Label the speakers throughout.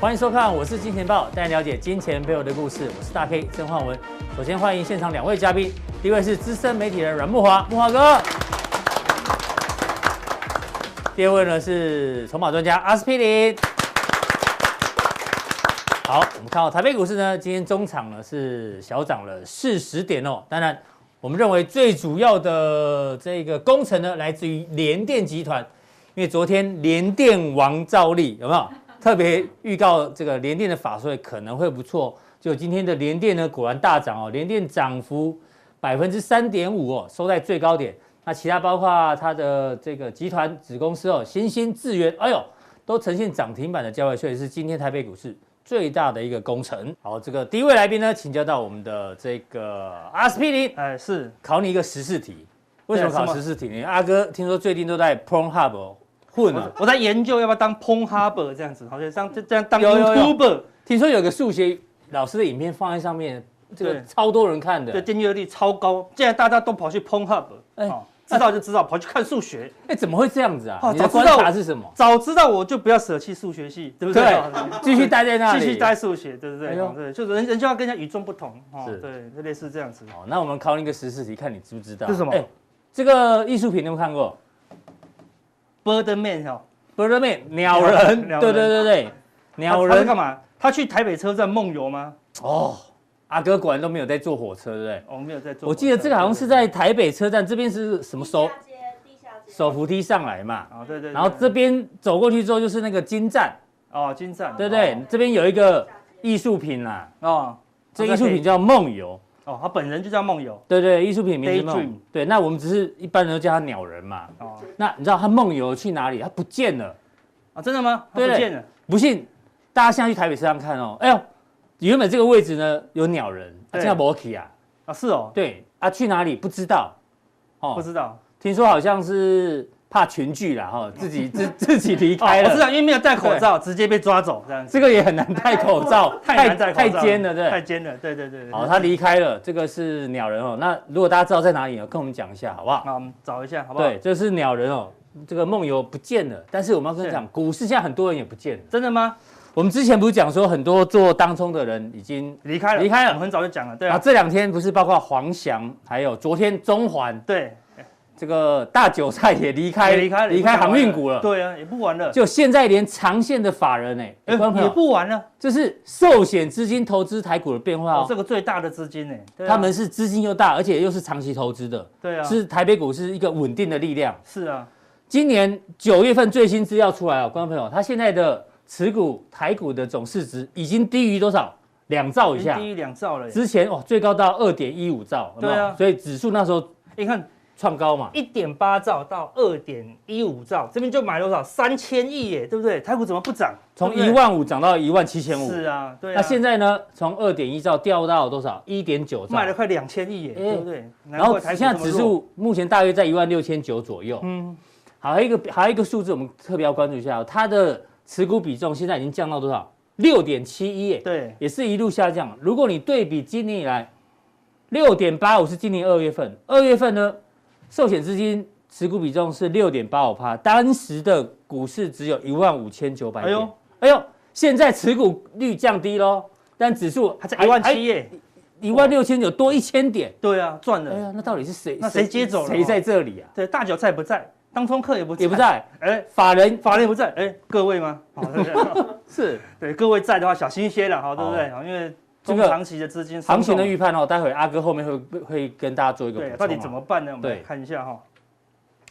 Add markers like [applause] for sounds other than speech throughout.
Speaker 1: 欢迎收看，我是金钱豹，带你了解金钱背后的故事。我是大 K 曾焕文。首先欢迎现场两位嘉宾，第一位是资深媒体人阮木华，木华哥。第二位呢是筹码专家阿司匹林。好，我们看到台北股市呢，今天中场呢是小涨了四十点哦。当然，我们认为最主要的这个工程呢，来自于联电集团，因为昨天联电王兆力有没有特别预告这个联电的法说会可能会不错？就今天的联电呢，果然大涨哦，联电涨幅百分之三点五哦，收在最高点。那其他包括它的这个集团子公司哦，新兴智源，哎呦，都呈现涨停板的交易，所以是今天台北股市。最大的一个工程。好，这个第一位来宾呢，请教到我们的这个阿司匹林，
Speaker 2: 哎，是
Speaker 1: 考你一个十四题。为什么
Speaker 2: 对
Speaker 1: 考
Speaker 2: 什么
Speaker 1: 十四题呢？阿哥听说最近都在 Pornhub 哦混了、
Speaker 2: 我在研究要不要当 p o n h u b 这样子，好像当这这样当
Speaker 1: 有有有
Speaker 2: YouTuber，
Speaker 1: 听说有个数学老师的影片放在上面，这个
Speaker 2: 对
Speaker 1: 超多人看
Speaker 2: 这
Speaker 1: 的。
Speaker 2: 订阅率超高。既然大家都跑去 p o n h u b
Speaker 1: 哎
Speaker 2: 哦，知道就知道，跑去看数学。
Speaker 1: 哎，怎么会这样子啊？
Speaker 2: 哦
Speaker 1: 你的
Speaker 2: 早知
Speaker 1: 观
Speaker 2: 道
Speaker 1: 察是什么？
Speaker 2: 早知道我就不要舍弃数学系，对不对？
Speaker 1: 对
Speaker 2: 哦
Speaker 1: 继续待在那里。
Speaker 2: 继续待。数学，对不
Speaker 1: 哎
Speaker 2: 对？
Speaker 1: 呦
Speaker 2: 哦对，就人人就要跟人家与众不同，哦
Speaker 1: 是，
Speaker 2: 对，就类似这样子。
Speaker 1: 好，那我们考你一个十四题，看你知不知道。
Speaker 2: 这是什么
Speaker 1: 哎，这个艺术品你有没有看过
Speaker 2: Bird Man 哈，
Speaker 1: ？Bird Man，鸟人。
Speaker 2: 鸟人
Speaker 1: 对对对对，鸟
Speaker 2: 他他是
Speaker 1: 人
Speaker 2: 干嘛？他去台北车站梦游吗？
Speaker 1: 哦，阿哥果然都没有在坐火车，对不对？
Speaker 2: 哦我没有在做。
Speaker 1: 我记得这个好像是在台北车站这边是什么手
Speaker 3: 地下街，地下街
Speaker 1: 手扶梯上来嘛，
Speaker 2: 啊，对对。对
Speaker 1: 然后这边走过去之后就是那个金站，
Speaker 2: 哦，金站，
Speaker 1: 对不对？这边有一个艺术品啦，
Speaker 2: 哦？哦，
Speaker 1: 这艺术品叫梦游，
Speaker 2: 哦，他本人就叫梦游。
Speaker 1: 对对，艺术品名字
Speaker 2: Daydream
Speaker 1: 梦，对，那我们只是一般人都叫它鸟人嘛。
Speaker 2: 哦，
Speaker 1: 那你知道它梦游去哪里？它不见了，
Speaker 2: 啊，真的吗？他
Speaker 1: 对
Speaker 2: 不
Speaker 1: 对
Speaker 2: 见了。
Speaker 1: 不信大家现在去台北车站看哦，哎呦，原本这个位置呢有鸟人，啊
Speaker 2: 对
Speaker 1: 现在没去啊，
Speaker 2: 啊，是哦，
Speaker 1: 对啊，去哪里不知道，哦
Speaker 2: 不知道。
Speaker 1: 听说好像是怕群聚啦，哈，自己自 [laughs] 自己离
Speaker 2: 哦
Speaker 1: 开了。
Speaker 2: 我知道，因为没有戴口罩，直接被抓走这样子。
Speaker 1: 这个也很难戴口罩，
Speaker 2: 哦太难戴口
Speaker 1: 太
Speaker 2: 罩，
Speaker 1: 尖了，对
Speaker 2: 太
Speaker 1: 不
Speaker 2: 尖了，对对对对。
Speaker 1: 对。好，他离开了，这个是鸟人哦。那如果大家知道在哪里哦，跟我们讲一下好不好？
Speaker 2: 好，我们找一下好不好？
Speaker 1: 对，，这是鸟人哦，这个梦游不见了。但是我们要跟你讲，股市现在很多人也不见了。
Speaker 2: 真的吗？
Speaker 1: 我们之前不是讲说很多做当冲的人已经，
Speaker 2: 离开了，
Speaker 1: 离开了
Speaker 2: 我们很早就讲了，对
Speaker 1: 然后
Speaker 2: 啊，
Speaker 1: 这两天不是包括黄翔，还有昨天中环
Speaker 2: 对，
Speaker 1: 这个大韭菜也离开
Speaker 2: 也离开了，
Speaker 1: 离
Speaker 2: 也不
Speaker 1: 开
Speaker 2: 想玩
Speaker 1: 航运股了。
Speaker 2: 对啊，也不玩了，
Speaker 1: 就现在连长线的法人哎，
Speaker 2: 哎
Speaker 1: 观众朋
Speaker 2: 也
Speaker 1: 友，
Speaker 2: 不玩了，
Speaker 1: 这是寿险资金投资台股的变化
Speaker 2: 哦
Speaker 1: 哦。
Speaker 2: 这个最大的资金呢，对啊
Speaker 1: 他们是资金又大，而且又是长期投资的，
Speaker 2: 对啊，
Speaker 1: 是台北股市一个稳定的力量。
Speaker 2: 是啊，
Speaker 1: 今年九月份最新资料出来哦，观众朋友，它现在的持股台股的总市值已经低于多少？两兆以
Speaker 2: 已经
Speaker 1: 下。
Speaker 2: 低于两兆了耶，
Speaker 1: 之前哦，最高到二点一五兆，有没有
Speaker 2: 对啊
Speaker 1: 所以指数那时候
Speaker 2: 哎你看
Speaker 1: 创高嘛。
Speaker 2: 一点八兆到二点一五兆，这边就买多少三千亿耶，对不对？台股怎么不涨？
Speaker 1: 从
Speaker 2: 对
Speaker 1: 一
Speaker 2: 不对
Speaker 1: 万五涨到一万七千五。
Speaker 2: 是啊，对啊，
Speaker 1: 那现在呢，从二点一兆掉到多少？一点九兆。
Speaker 2: 卖了快两千亿耶，
Speaker 1: 哎
Speaker 2: 对不对？难
Speaker 1: 然后
Speaker 2: 怪台
Speaker 1: 现在
Speaker 2: 股这么
Speaker 1: 指
Speaker 2: 弱，
Speaker 1: 数目前大约在一万六千九左右。
Speaker 2: 嗯，
Speaker 1: 好，还有一个还有一个数字，我们特别要关注一下哦，它的持股比重现在已经降到多少？六点七一，耶，
Speaker 2: 对，
Speaker 1: 也是一路下降。如果你对比今年以来，六点八五是今年二月份，二月份呢，寿险资金持股比重是六点八五趴，当时的股市只有一万五千九百
Speaker 2: 哎
Speaker 1: 点。
Speaker 2: 呦，
Speaker 1: 哎呦，现在持股率降低喽，但指数
Speaker 2: 还在一万七，耶，
Speaker 1: 一万六千九多一千点。
Speaker 2: 对啊，赚
Speaker 1: 哎
Speaker 2: 了。
Speaker 1: 呀，那到底是谁？
Speaker 2: 那谁接走了
Speaker 1: 谁在这里啊？
Speaker 2: 对，大韭菜不在，当冲客也不
Speaker 1: 也不，在，
Speaker 2: 哎，
Speaker 1: 法人
Speaker 2: 法律不在，哎，各位吗？好，对不对
Speaker 1: [laughs] 是
Speaker 2: 对，各位在的话，小心一些了，好，对不对？哦好，因为
Speaker 1: 哦这
Speaker 2: 中
Speaker 1: 个
Speaker 2: 长期的资金松
Speaker 1: 行情的
Speaker 2: 动
Speaker 1: 预判哦，待会阿哥后面会会跟大家做一个补充
Speaker 2: 对
Speaker 1: 啊、，
Speaker 2: 到底怎么办呢？我们来
Speaker 1: 对
Speaker 2: 看一下哈。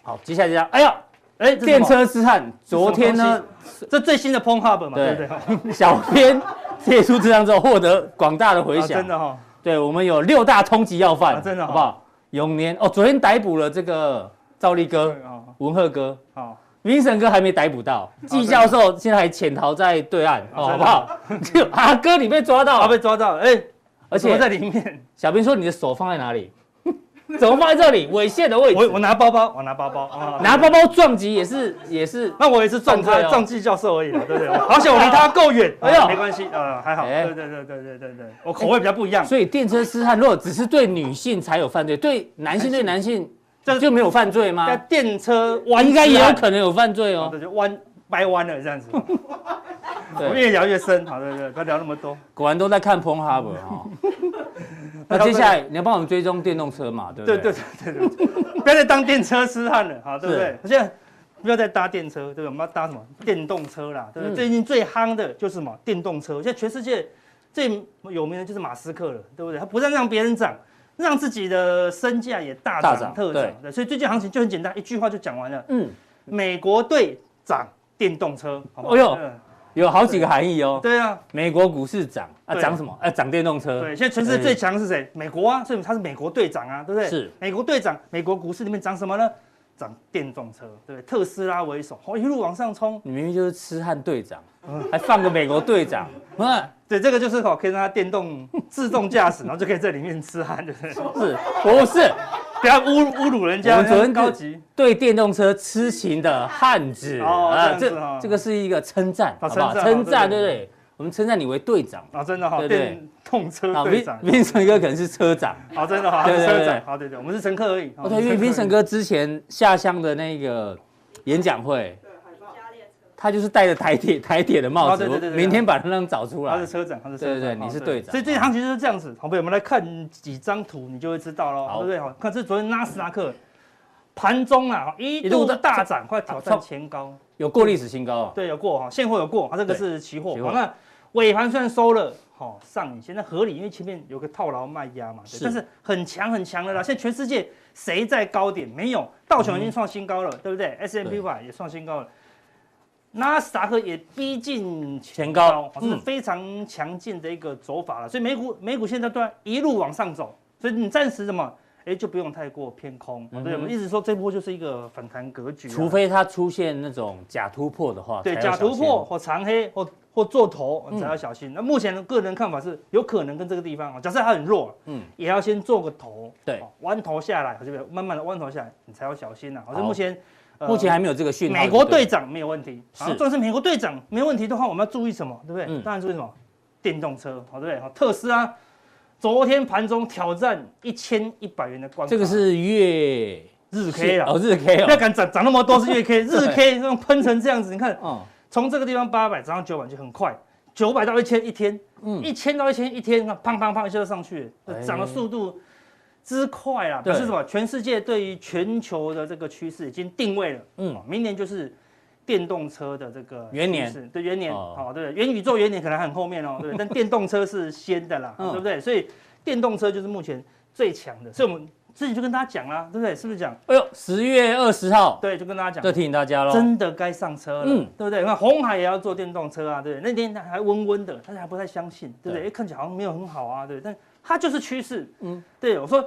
Speaker 1: 好？接下来这样，哎呀，
Speaker 2: 哎，这是什
Speaker 1: 电
Speaker 2: 么，
Speaker 1: 车之汉，昨天呢，
Speaker 2: 这最新的 p o n h u b 嘛，
Speaker 1: 对
Speaker 2: 对不对？哦
Speaker 1: [laughs]
Speaker 2: 好
Speaker 1: 小
Speaker 2: [laughs]
Speaker 1: 编列出这张之后获得广大的回
Speaker 2: 啊
Speaker 1: 响，
Speaker 2: 真的哈，
Speaker 1: 对我们有六大通缉要犯，
Speaker 2: 啊真的哦
Speaker 1: 好不好？永年哦，昨天逮捕了这个赵立哥、
Speaker 2: 对哦，
Speaker 1: 文赫哥、
Speaker 2: 好，
Speaker 1: 明神哥还没逮捕到，季
Speaker 2: 真的
Speaker 1: 教授现在还潜逃在对岸，哦，好不
Speaker 2: 真的
Speaker 1: 好？就阿哥你被抓到
Speaker 2: 他
Speaker 1: 了，
Speaker 2: 被抓到，哎，
Speaker 1: 而
Speaker 2: 我
Speaker 1: 且
Speaker 2: 在里面，
Speaker 1: [laughs] 小编说你的手放在哪里？ [laughs] 怎么放在这里？猥亵的位 [laughs] 置。
Speaker 2: 我我拿包包，我拿包包啊，
Speaker 1: 拿包包撞击也是也是，
Speaker 2: 那我也是撞
Speaker 1: 犯
Speaker 2: 他
Speaker 1: 罪哦
Speaker 2: 撞季教授而已啦，对不对？好险我离他够远，
Speaker 1: 哎呦
Speaker 2: 哎没关系，呃，还好，
Speaker 1: 哎
Speaker 2: 对对对对对对对，我口味比较不一样，
Speaker 1: 所以电车痴汉如果只是对女性才有犯罪，对男性对男性
Speaker 2: 这
Speaker 1: 就没有犯罪吗
Speaker 2: 在？电车弯
Speaker 1: 应该也有
Speaker 2: 能
Speaker 1: 可能有犯罪哦。
Speaker 2: 对，就弯掰弯了这样子，我们
Speaker 1: 对，
Speaker 2: 越聊越深，好对对，不要聊那么多。
Speaker 1: 果然都在看 p o n h u b [laughs] 哈。那接下来你要帮我们追踪电动车嘛，对不
Speaker 2: 对
Speaker 1: 对？
Speaker 2: 对对对对，对 [laughs] 不要再当电车痴汉了，好对不对？现在不要再搭电车，对不对？我们要搭什么电动车啦，对不对？
Speaker 1: 嗯
Speaker 2: 最近最夯的就是什么电动车，现在全世界最有名的就是马斯克了，对不对？他不但让别人涨，让自己的身价也大
Speaker 1: 大
Speaker 2: 涨
Speaker 1: 涨
Speaker 2: 特涨
Speaker 1: 对
Speaker 2: 对，所以最近行情就很简单，一句话就讲完了：
Speaker 1: 嗯，
Speaker 2: 美国队涨电动车。好不好
Speaker 1: 哎呦
Speaker 2: 嗯
Speaker 1: 有好几个含义哦。
Speaker 2: 对啊，
Speaker 1: 美国股市涨啊，
Speaker 2: 对
Speaker 1: 涨什么？啊，涨电动车。
Speaker 2: 对，现在全世界最强是谁？美国啊，所以他是美国队长啊，对不对？
Speaker 1: 哎是
Speaker 2: 美国队长，美国股市里面涨什么呢？涨电动车，对不对？特斯拉为首，哦，一路往上冲。
Speaker 1: 你明明就是痴汉队长，
Speaker 2: 嗯
Speaker 1: 还放个美国队长， [laughs] 嗯，
Speaker 2: 对，这个就是哦，可以让它电动 [laughs] 自动驾驶，然后就可以在里面吃汉，对不对？
Speaker 1: 是不是？
Speaker 2: 不要侮侮辱人
Speaker 1: 我
Speaker 2: 家，
Speaker 1: 们昨天
Speaker 2: 人家高级。
Speaker 1: 对电动车痴情的汉子啊
Speaker 2: 哦这样子哦
Speaker 1: 这这个是一个称赞，
Speaker 2: 啊
Speaker 1: 好不好？
Speaker 2: 称赞哦
Speaker 1: 称赞，
Speaker 2: 对
Speaker 1: 对
Speaker 2: 对
Speaker 1: 不对？我们称赞你为队长，
Speaker 2: 啊，真的哈、
Speaker 1: 对对
Speaker 2: 电动车
Speaker 1: 啊
Speaker 2: 队长，
Speaker 1: ，Vin Vincent 哥可能是车长。
Speaker 2: 好、真的哈、
Speaker 1: 对对对
Speaker 2: 车长，好，对对，我们是乘客而已。
Speaker 1: 哦，对，因为 Vincent
Speaker 2: 哥，
Speaker 1: 哥之前下乡的那个演讲会，他就是戴着台铁台铁的帽
Speaker 2: 哦
Speaker 1: 子，
Speaker 2: 对对对
Speaker 1: 我
Speaker 2: 对
Speaker 1: 明天把他那张找出
Speaker 2: 他
Speaker 1: 来
Speaker 2: 是。车长，他是车
Speaker 1: 对
Speaker 2: 长，
Speaker 1: 对对
Speaker 2: 哦
Speaker 1: 你是队长
Speaker 2: 所以这行情就是这样子，好朋友们来看几张图，你就会知道喽，
Speaker 1: 好
Speaker 2: 对不对？好，看这昨天纳斯达克盘中啊，一
Speaker 1: 一
Speaker 2: 度
Speaker 1: 度
Speaker 2: 的
Speaker 1: 的
Speaker 2: 大涨，快挑战
Speaker 1: 啊
Speaker 2: 前高，
Speaker 1: 有过历史新高哦，
Speaker 2: 对，有过哈，现货有过，它啊这个
Speaker 1: 对
Speaker 2: 是期货，
Speaker 1: 期
Speaker 2: 好
Speaker 1: 货
Speaker 2: 哦那尾盘虽然收了。好、上影线那合理，因为前面有个套牢卖压嘛，对
Speaker 1: 是
Speaker 2: 但是很强很强的啦。现在全世界谁在高点？没有，道琼已经创新高了，对不对？S M
Speaker 1: 对
Speaker 2: P Y 也创新高了，纳斯达克也逼近
Speaker 1: 前高
Speaker 2: 哦这是
Speaker 1: 嗯
Speaker 2: 非常强劲的一个走法了。所以美股美股现在都在一路往上走，所以你暂时什么，哎，就不用太过偏空。哦
Speaker 1: 嗯哼
Speaker 2: 对，我们一直说这波就是一个反弹格局啊，
Speaker 1: 除非它出现那种假突破的话，
Speaker 2: 对
Speaker 1: 啊才要
Speaker 2: 假突
Speaker 1: 小心
Speaker 2: 破或长黑或或做头
Speaker 1: 嗯
Speaker 2: 才要小心。那目前的个人看法是，有可能跟这个地方哦，假设它很弱，
Speaker 1: 嗯，
Speaker 2: 也要先做个头，
Speaker 1: 对
Speaker 2: 哦，弯头下来，这边慢慢的弯头下来，你才要小心呐。好，所以
Speaker 1: 好
Speaker 2: 目前呃
Speaker 1: 目前还没有这个讯号。
Speaker 2: 美国
Speaker 1: 就对
Speaker 2: 队长没有问题，
Speaker 1: 是
Speaker 2: 啊，重要是美国队长没问题的话，我们要注意什么，对不对？
Speaker 1: 嗯
Speaker 2: 当然注意什么，电动车，好，对不对？好，特斯拉昨天盘中挑战一千一百元的关
Speaker 1: 了
Speaker 2: 卡，
Speaker 1: 这个是月
Speaker 2: 日 K 啊
Speaker 1: 哦，，日 K
Speaker 2: 不要
Speaker 1: 哦，
Speaker 2: 敢涨涨那么多是月 K，日
Speaker 1: [laughs] 对
Speaker 2: K 那种喷成这样子，你看
Speaker 1: 哦，
Speaker 2: 从这个地方八百涨到九百就很快，九百到一千一天，
Speaker 1: 嗯
Speaker 2: 一千到一千一天，那砰砰砰一下就上去了，
Speaker 1: 哎
Speaker 2: 涨的速度之快啊！
Speaker 1: 对
Speaker 2: 表示什么？全世界对于全球的这个趋势已经定位了，
Speaker 1: 嗯
Speaker 2: 哦，明年就是电动车的这个
Speaker 1: 元年
Speaker 2: 趋势，对元年，
Speaker 1: 哦
Speaker 2: 好、对，元宇宙元年可能还很后面哦，对，
Speaker 1: [laughs]
Speaker 2: 但电动车是先的啦，
Speaker 1: 嗯
Speaker 2: 对不对？所以电动车就是目前最强的，所以我们之前就跟大家讲啦，对不对？是不是讲？
Speaker 1: 哎呦，十月二十号，
Speaker 2: 对，就跟大家讲
Speaker 1: 这，提醒大家喽。
Speaker 2: 真的该上车了，
Speaker 1: 哦嗯
Speaker 2: 对不对？那红海也要做电动车啊，对不对？那天还温温的，大家还不太相信，对不对？
Speaker 1: 对
Speaker 2: 诶看起来好像没有很好啊，对不对，但它就是趋势，嗯
Speaker 1: 嗯，
Speaker 2: 对。我说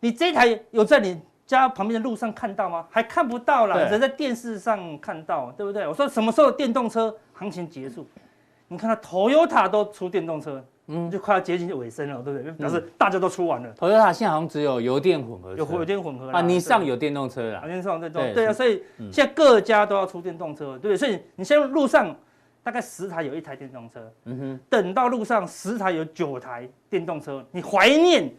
Speaker 2: 你这台有在你家旁边的路上看到吗？还看不到啦，
Speaker 1: 对
Speaker 2: 只能在电视上看到，对不对？我说什么时候电动车行情结束？你看它 Toyota 都出电动车，嗯，就快要接近尾声了，对不对？表
Speaker 1: 嗯
Speaker 2: 示大家都出完了，
Speaker 1: Toyota 现在好像只有油电混合车，
Speaker 2: 有有点混合啦
Speaker 1: 啊，你
Speaker 2: 对
Speaker 1: 上有电动车啦
Speaker 2: 啊，，电动电动，
Speaker 1: 对
Speaker 2: 对啊，
Speaker 1: 是嗯
Speaker 2: 所以现在各家都要出电动车，对不对？所以你现在路上大概十台有一台电动车，
Speaker 1: 嗯哼，
Speaker 2: 等到路上十台有九台电动车，你怀念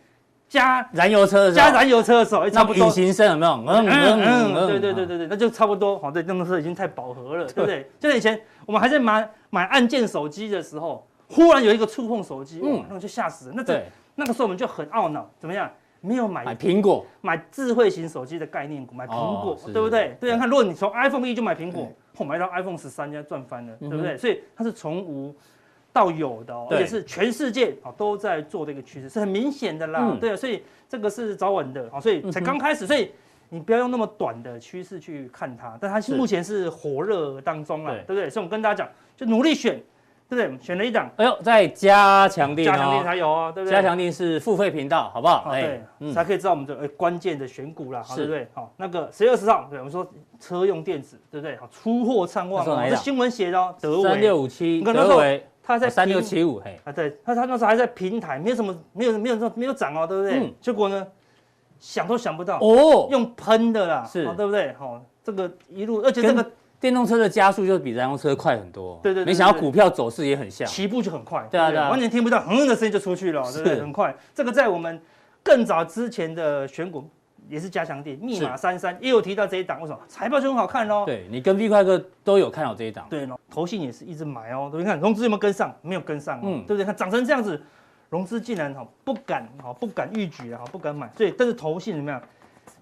Speaker 2: 加
Speaker 1: 燃油车是吧啊
Speaker 2: 加燃油车的时候，哎差
Speaker 1: 那
Speaker 2: 不
Speaker 1: 不
Speaker 2: 多
Speaker 1: 隐。形声有没有？嗯嗯
Speaker 2: 嗯嗯
Speaker 1: 嗯
Speaker 2: 嗯，
Speaker 1: 嗯，
Speaker 2: 对对对
Speaker 1: 对，
Speaker 2: 对对，那就差不多。好，对，电动车已经太饱和了，对不对？就像以前我们还在买买按键手机的时候，忽然有一个触碰手机，
Speaker 1: 嗯
Speaker 2: 嗯，那个就吓死了。那这
Speaker 1: 对，
Speaker 2: 那个时候我们就很懊恼，怎么样？没有买
Speaker 1: 买苹果，
Speaker 2: 买智慧型手机的概念股，买苹果
Speaker 1: 哦，是
Speaker 2: 对不对
Speaker 1: 是？
Speaker 2: 对啊，看如果你从 iPhone 一就买苹果，后买到 iPhone 十三，人家赚翻了，对
Speaker 1: 嗯哼
Speaker 2: 不对？所以它是从无到有的哦，而
Speaker 1: 对
Speaker 2: 且是全世界啊都在做这个趋势，是很明显的啦。
Speaker 1: 嗯
Speaker 2: 对啊，所以这个是早晚的啊，所以才刚开始，所以。你不要用那么短的趋势去看它，但它是
Speaker 1: 是
Speaker 2: 目前是火热当中啦，
Speaker 1: 对
Speaker 2: 对不对？所以我们跟大家讲，就努力选，对不对？我们选了一档
Speaker 1: 哎呦，在加强定
Speaker 2: 加强力
Speaker 1: 哦，
Speaker 2: 才有哦，对不对？
Speaker 1: 加强定是付费频道，好不好？
Speaker 2: 好，啊对，才可以知道我们的呃关键的选股啦，好
Speaker 1: 哎嗯是
Speaker 2: 对不对？好，那个十月二十号，对，我们说车用电子，对不对？好，出货畅
Speaker 1: 那
Speaker 2: 旺
Speaker 1: 时候
Speaker 2: 哦，
Speaker 1: 哪一
Speaker 2: 这
Speaker 1: 档
Speaker 2: 新闻写的哦，德
Speaker 1: 三
Speaker 2: 维，
Speaker 1: 六五七，
Speaker 2: 你看那时候
Speaker 1: 德维
Speaker 2: 他在
Speaker 1: 三六
Speaker 2: 平
Speaker 1: 七五，嘿，
Speaker 2: 啊，对，他他那时候还在平台，没有什么，没有没有没有涨哦，对不对
Speaker 1: 嗯？
Speaker 2: 结果呢，想都想不到，
Speaker 1: 哦，
Speaker 2: 用喷的啦，
Speaker 1: 是
Speaker 2: 好对不对？好，这个一路，而且这
Speaker 1: 跟
Speaker 2: 个
Speaker 1: 电动车的加速就比燃油车快很多，
Speaker 2: 对对对
Speaker 1: 没想到
Speaker 2: 对
Speaker 1: 股票走势也很像，
Speaker 2: 起步就很快，
Speaker 1: 对啊
Speaker 2: 不
Speaker 1: 对啊
Speaker 2: 完全听不到哼的声音就出去了，对不对？
Speaker 1: 是
Speaker 2: 很快，这个在我们更早之前的选股也是加强店，密码三三也有提到这一档，为什么？财报就很好看哦。
Speaker 1: 对你跟 V 快哥都有看好这一档，
Speaker 2: 对咯，投信也是一直买哦，对不对？你看融资有没有跟上？没有跟上、哦，
Speaker 1: 嗯
Speaker 2: 对不对？看涨成这样子，融资竟然哈哦不敢哈不敢预举啊，哈不敢买，所以但是投信怎么样？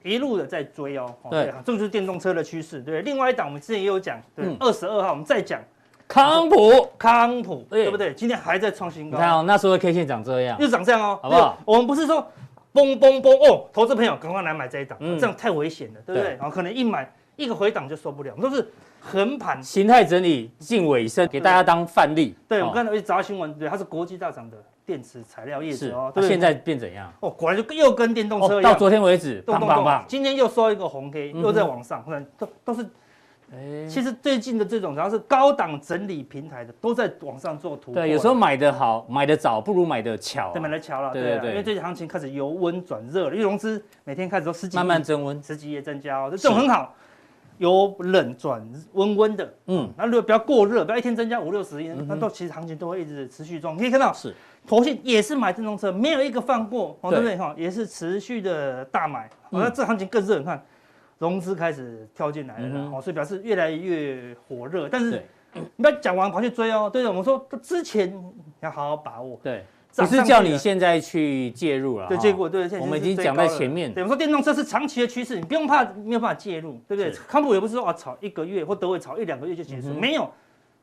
Speaker 2: 一路的在追哦，哦
Speaker 1: 对
Speaker 2: 啊这就是电动车的趋势，对不对？另外一档我们之前也有讲，对
Speaker 1: 嗯，
Speaker 2: 二十二号我们再讲
Speaker 1: 康普，
Speaker 2: 康普，
Speaker 1: 对
Speaker 2: 对不对？今天还在创新
Speaker 1: 你
Speaker 2: 高，
Speaker 1: 看哦，那时候的 K 线长这样，
Speaker 2: 又涨这样哦，
Speaker 1: 好不好
Speaker 2: 对？我们不是说嘣嘣嘣哦，投资朋友赶快来买这一档，
Speaker 1: 嗯
Speaker 2: 这样太危险了，对不对？
Speaker 1: 对
Speaker 2: 然后可能一买一个回档就受不了，我们都是横盘
Speaker 1: 形态整理近尾声，给大家当范例。
Speaker 2: 对，
Speaker 1: 哦
Speaker 2: 我刚才有一找到新闻，对，它是国际大厂的电池材料业
Speaker 1: 是
Speaker 2: 者哦，，
Speaker 1: 那
Speaker 2: 对不对
Speaker 1: 现在变怎样？
Speaker 2: 哦，果然就又跟电动车
Speaker 1: 哦，
Speaker 2: 一
Speaker 1: 到
Speaker 2: 样，
Speaker 1: 昨天为止，
Speaker 2: 动
Speaker 1: 棒
Speaker 2: 动
Speaker 1: 棒
Speaker 2: 动
Speaker 1: 棒，，
Speaker 2: 今天又收一个红 K，
Speaker 1: 嗯哼
Speaker 2: 又在往上，看都都是，
Speaker 1: 哎，
Speaker 2: 其实最近的这种只要是高档整理平台的，都在往上做突破，
Speaker 1: 对，有时候买的好，买的早不如买的巧啊，
Speaker 2: 对买来瞧了，
Speaker 1: 对
Speaker 2: 对啊
Speaker 1: 对对
Speaker 2: 因为最近行情开始由温转热了，因为融资每天开始都十几亿
Speaker 1: 慢慢增温。
Speaker 2: 十几亿也增加哦，这种很好，由冷转温温的，
Speaker 1: 嗯，
Speaker 2: 那如果不要过热，不要一天增加五六十亿
Speaker 1: 嗯，
Speaker 2: 那
Speaker 1: 哼
Speaker 2: 都其实行情都会一直持续中，你可以看到。
Speaker 1: 是，
Speaker 2: 投信也是买电动车，没有一个放过，哦，
Speaker 1: 对
Speaker 2: 对不对？哈，也是持续的大买。
Speaker 1: 嗯
Speaker 2: 哦，那这行情更热，你看融资开始跳进来了
Speaker 1: 嗯
Speaker 2: 啦，
Speaker 1: 哼
Speaker 2: 哦，所以表示越来越火热。但是
Speaker 1: 对
Speaker 2: 你不要讲完跑去追哦，对的，我们说之前要好好把握。
Speaker 1: 对，不
Speaker 2: 涨上去
Speaker 1: 是现
Speaker 2: 了
Speaker 1: 在叫你现在去介入了，
Speaker 2: 对，
Speaker 1: 哈
Speaker 2: 结果对，现在
Speaker 1: 我们已
Speaker 2: 是
Speaker 1: 经
Speaker 2: 最
Speaker 1: 讲在
Speaker 2: 高了
Speaker 1: 前面
Speaker 2: 对，我说电动车是长期的趋势，你不用怕没有办法介入，对不对
Speaker 1: 是？
Speaker 2: 康普也不是说哦炒一个月或德伟炒一两个月就结束，
Speaker 1: 嗯哼
Speaker 2: 没有，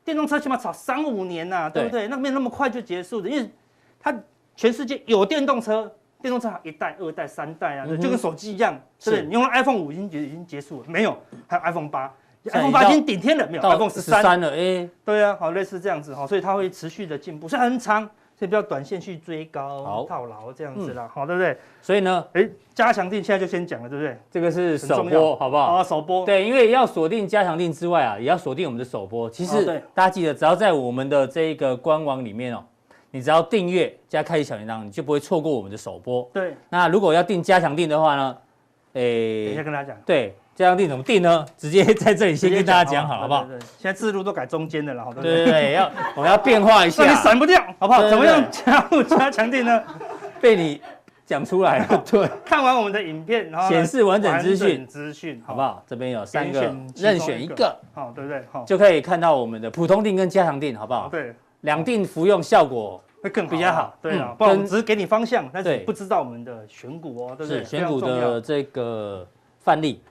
Speaker 2: 电动车起码炒三五年呐、对不对？那没有那么快就结束的，因为它全世界有电动车，电动车还有一代、二代、三代啊，对
Speaker 1: 嗯哼
Speaker 2: 就跟手机一样，对不
Speaker 1: 是
Speaker 2: 对？你用了 iPhone 五已经结已经结束了，没有，还有 iPhone 八
Speaker 1: 现在已经
Speaker 2: ，iPhone 八
Speaker 1: 到
Speaker 2: 已经顶天了，没有
Speaker 1: 到
Speaker 2: iPhone 十
Speaker 1: 十
Speaker 2: 三。
Speaker 1: 三了，哎，
Speaker 2: 对啊，好，类似这样子哈，所以它会持续的进步，所以它很长，所以不要短线去追
Speaker 1: 好嗯
Speaker 2: 高套牢这样子啦，好，对不对？
Speaker 1: 所以呢，
Speaker 2: 哎，加强定现在就先讲了，对不对？
Speaker 1: 这个是
Speaker 2: 很
Speaker 1: 首
Speaker 2: 重
Speaker 1: 播，
Speaker 2: 要
Speaker 1: 好不好？
Speaker 2: 啊，首播，
Speaker 1: 对，因为要锁定加强定之外啊，也要锁定我们的首播。其
Speaker 2: 哦
Speaker 1: 实
Speaker 2: 对
Speaker 1: 大家记得，只要在我们的这个官网里面哦，你只要订阅加开启小铃铛，你就不会错过我们的首播。
Speaker 2: 对，
Speaker 1: 那如果要订加强定的话呢，
Speaker 2: 等一下
Speaker 1: 诶，
Speaker 2: 跟大家讲。
Speaker 1: 对，加强定怎么定呢？直接在这里先跟大家讲好，好不好
Speaker 2: 对？？对对现在字幕都改中间的了，好，对不
Speaker 1: 对
Speaker 2: 对？
Speaker 1: 对对，要我们要变化一
Speaker 2: [laughs] 那
Speaker 1: 下，
Speaker 2: 你闪不掉，好不好？
Speaker 1: 对对对
Speaker 2: 怎么样加入加强定呢？
Speaker 1: 被你讲出来
Speaker 2: [laughs]
Speaker 1: 了，对，
Speaker 2: 看完我们的影片，然后呢
Speaker 1: 显示完整资讯，
Speaker 2: 完整资讯，
Speaker 1: 好不？好？这边有三
Speaker 2: 点
Speaker 1: 个，
Speaker 2: 其中
Speaker 1: 任选一个，
Speaker 2: 好，对不对？好，
Speaker 1: 就可以看到我们的普通定跟加强定，好不好？
Speaker 2: 对，
Speaker 1: 两定服用效果
Speaker 2: 会更
Speaker 1: 比
Speaker 2: 比
Speaker 1: 较
Speaker 2: 较
Speaker 1: 好
Speaker 2: 好，对啊
Speaker 1: 嗯，
Speaker 2: 不然我
Speaker 1: 跟
Speaker 2: 们只是给你方向，但是
Speaker 1: 对
Speaker 2: 不知道我们的选股哦，对不对？
Speaker 1: 是选股
Speaker 2: 非常重要
Speaker 1: 的这个范例。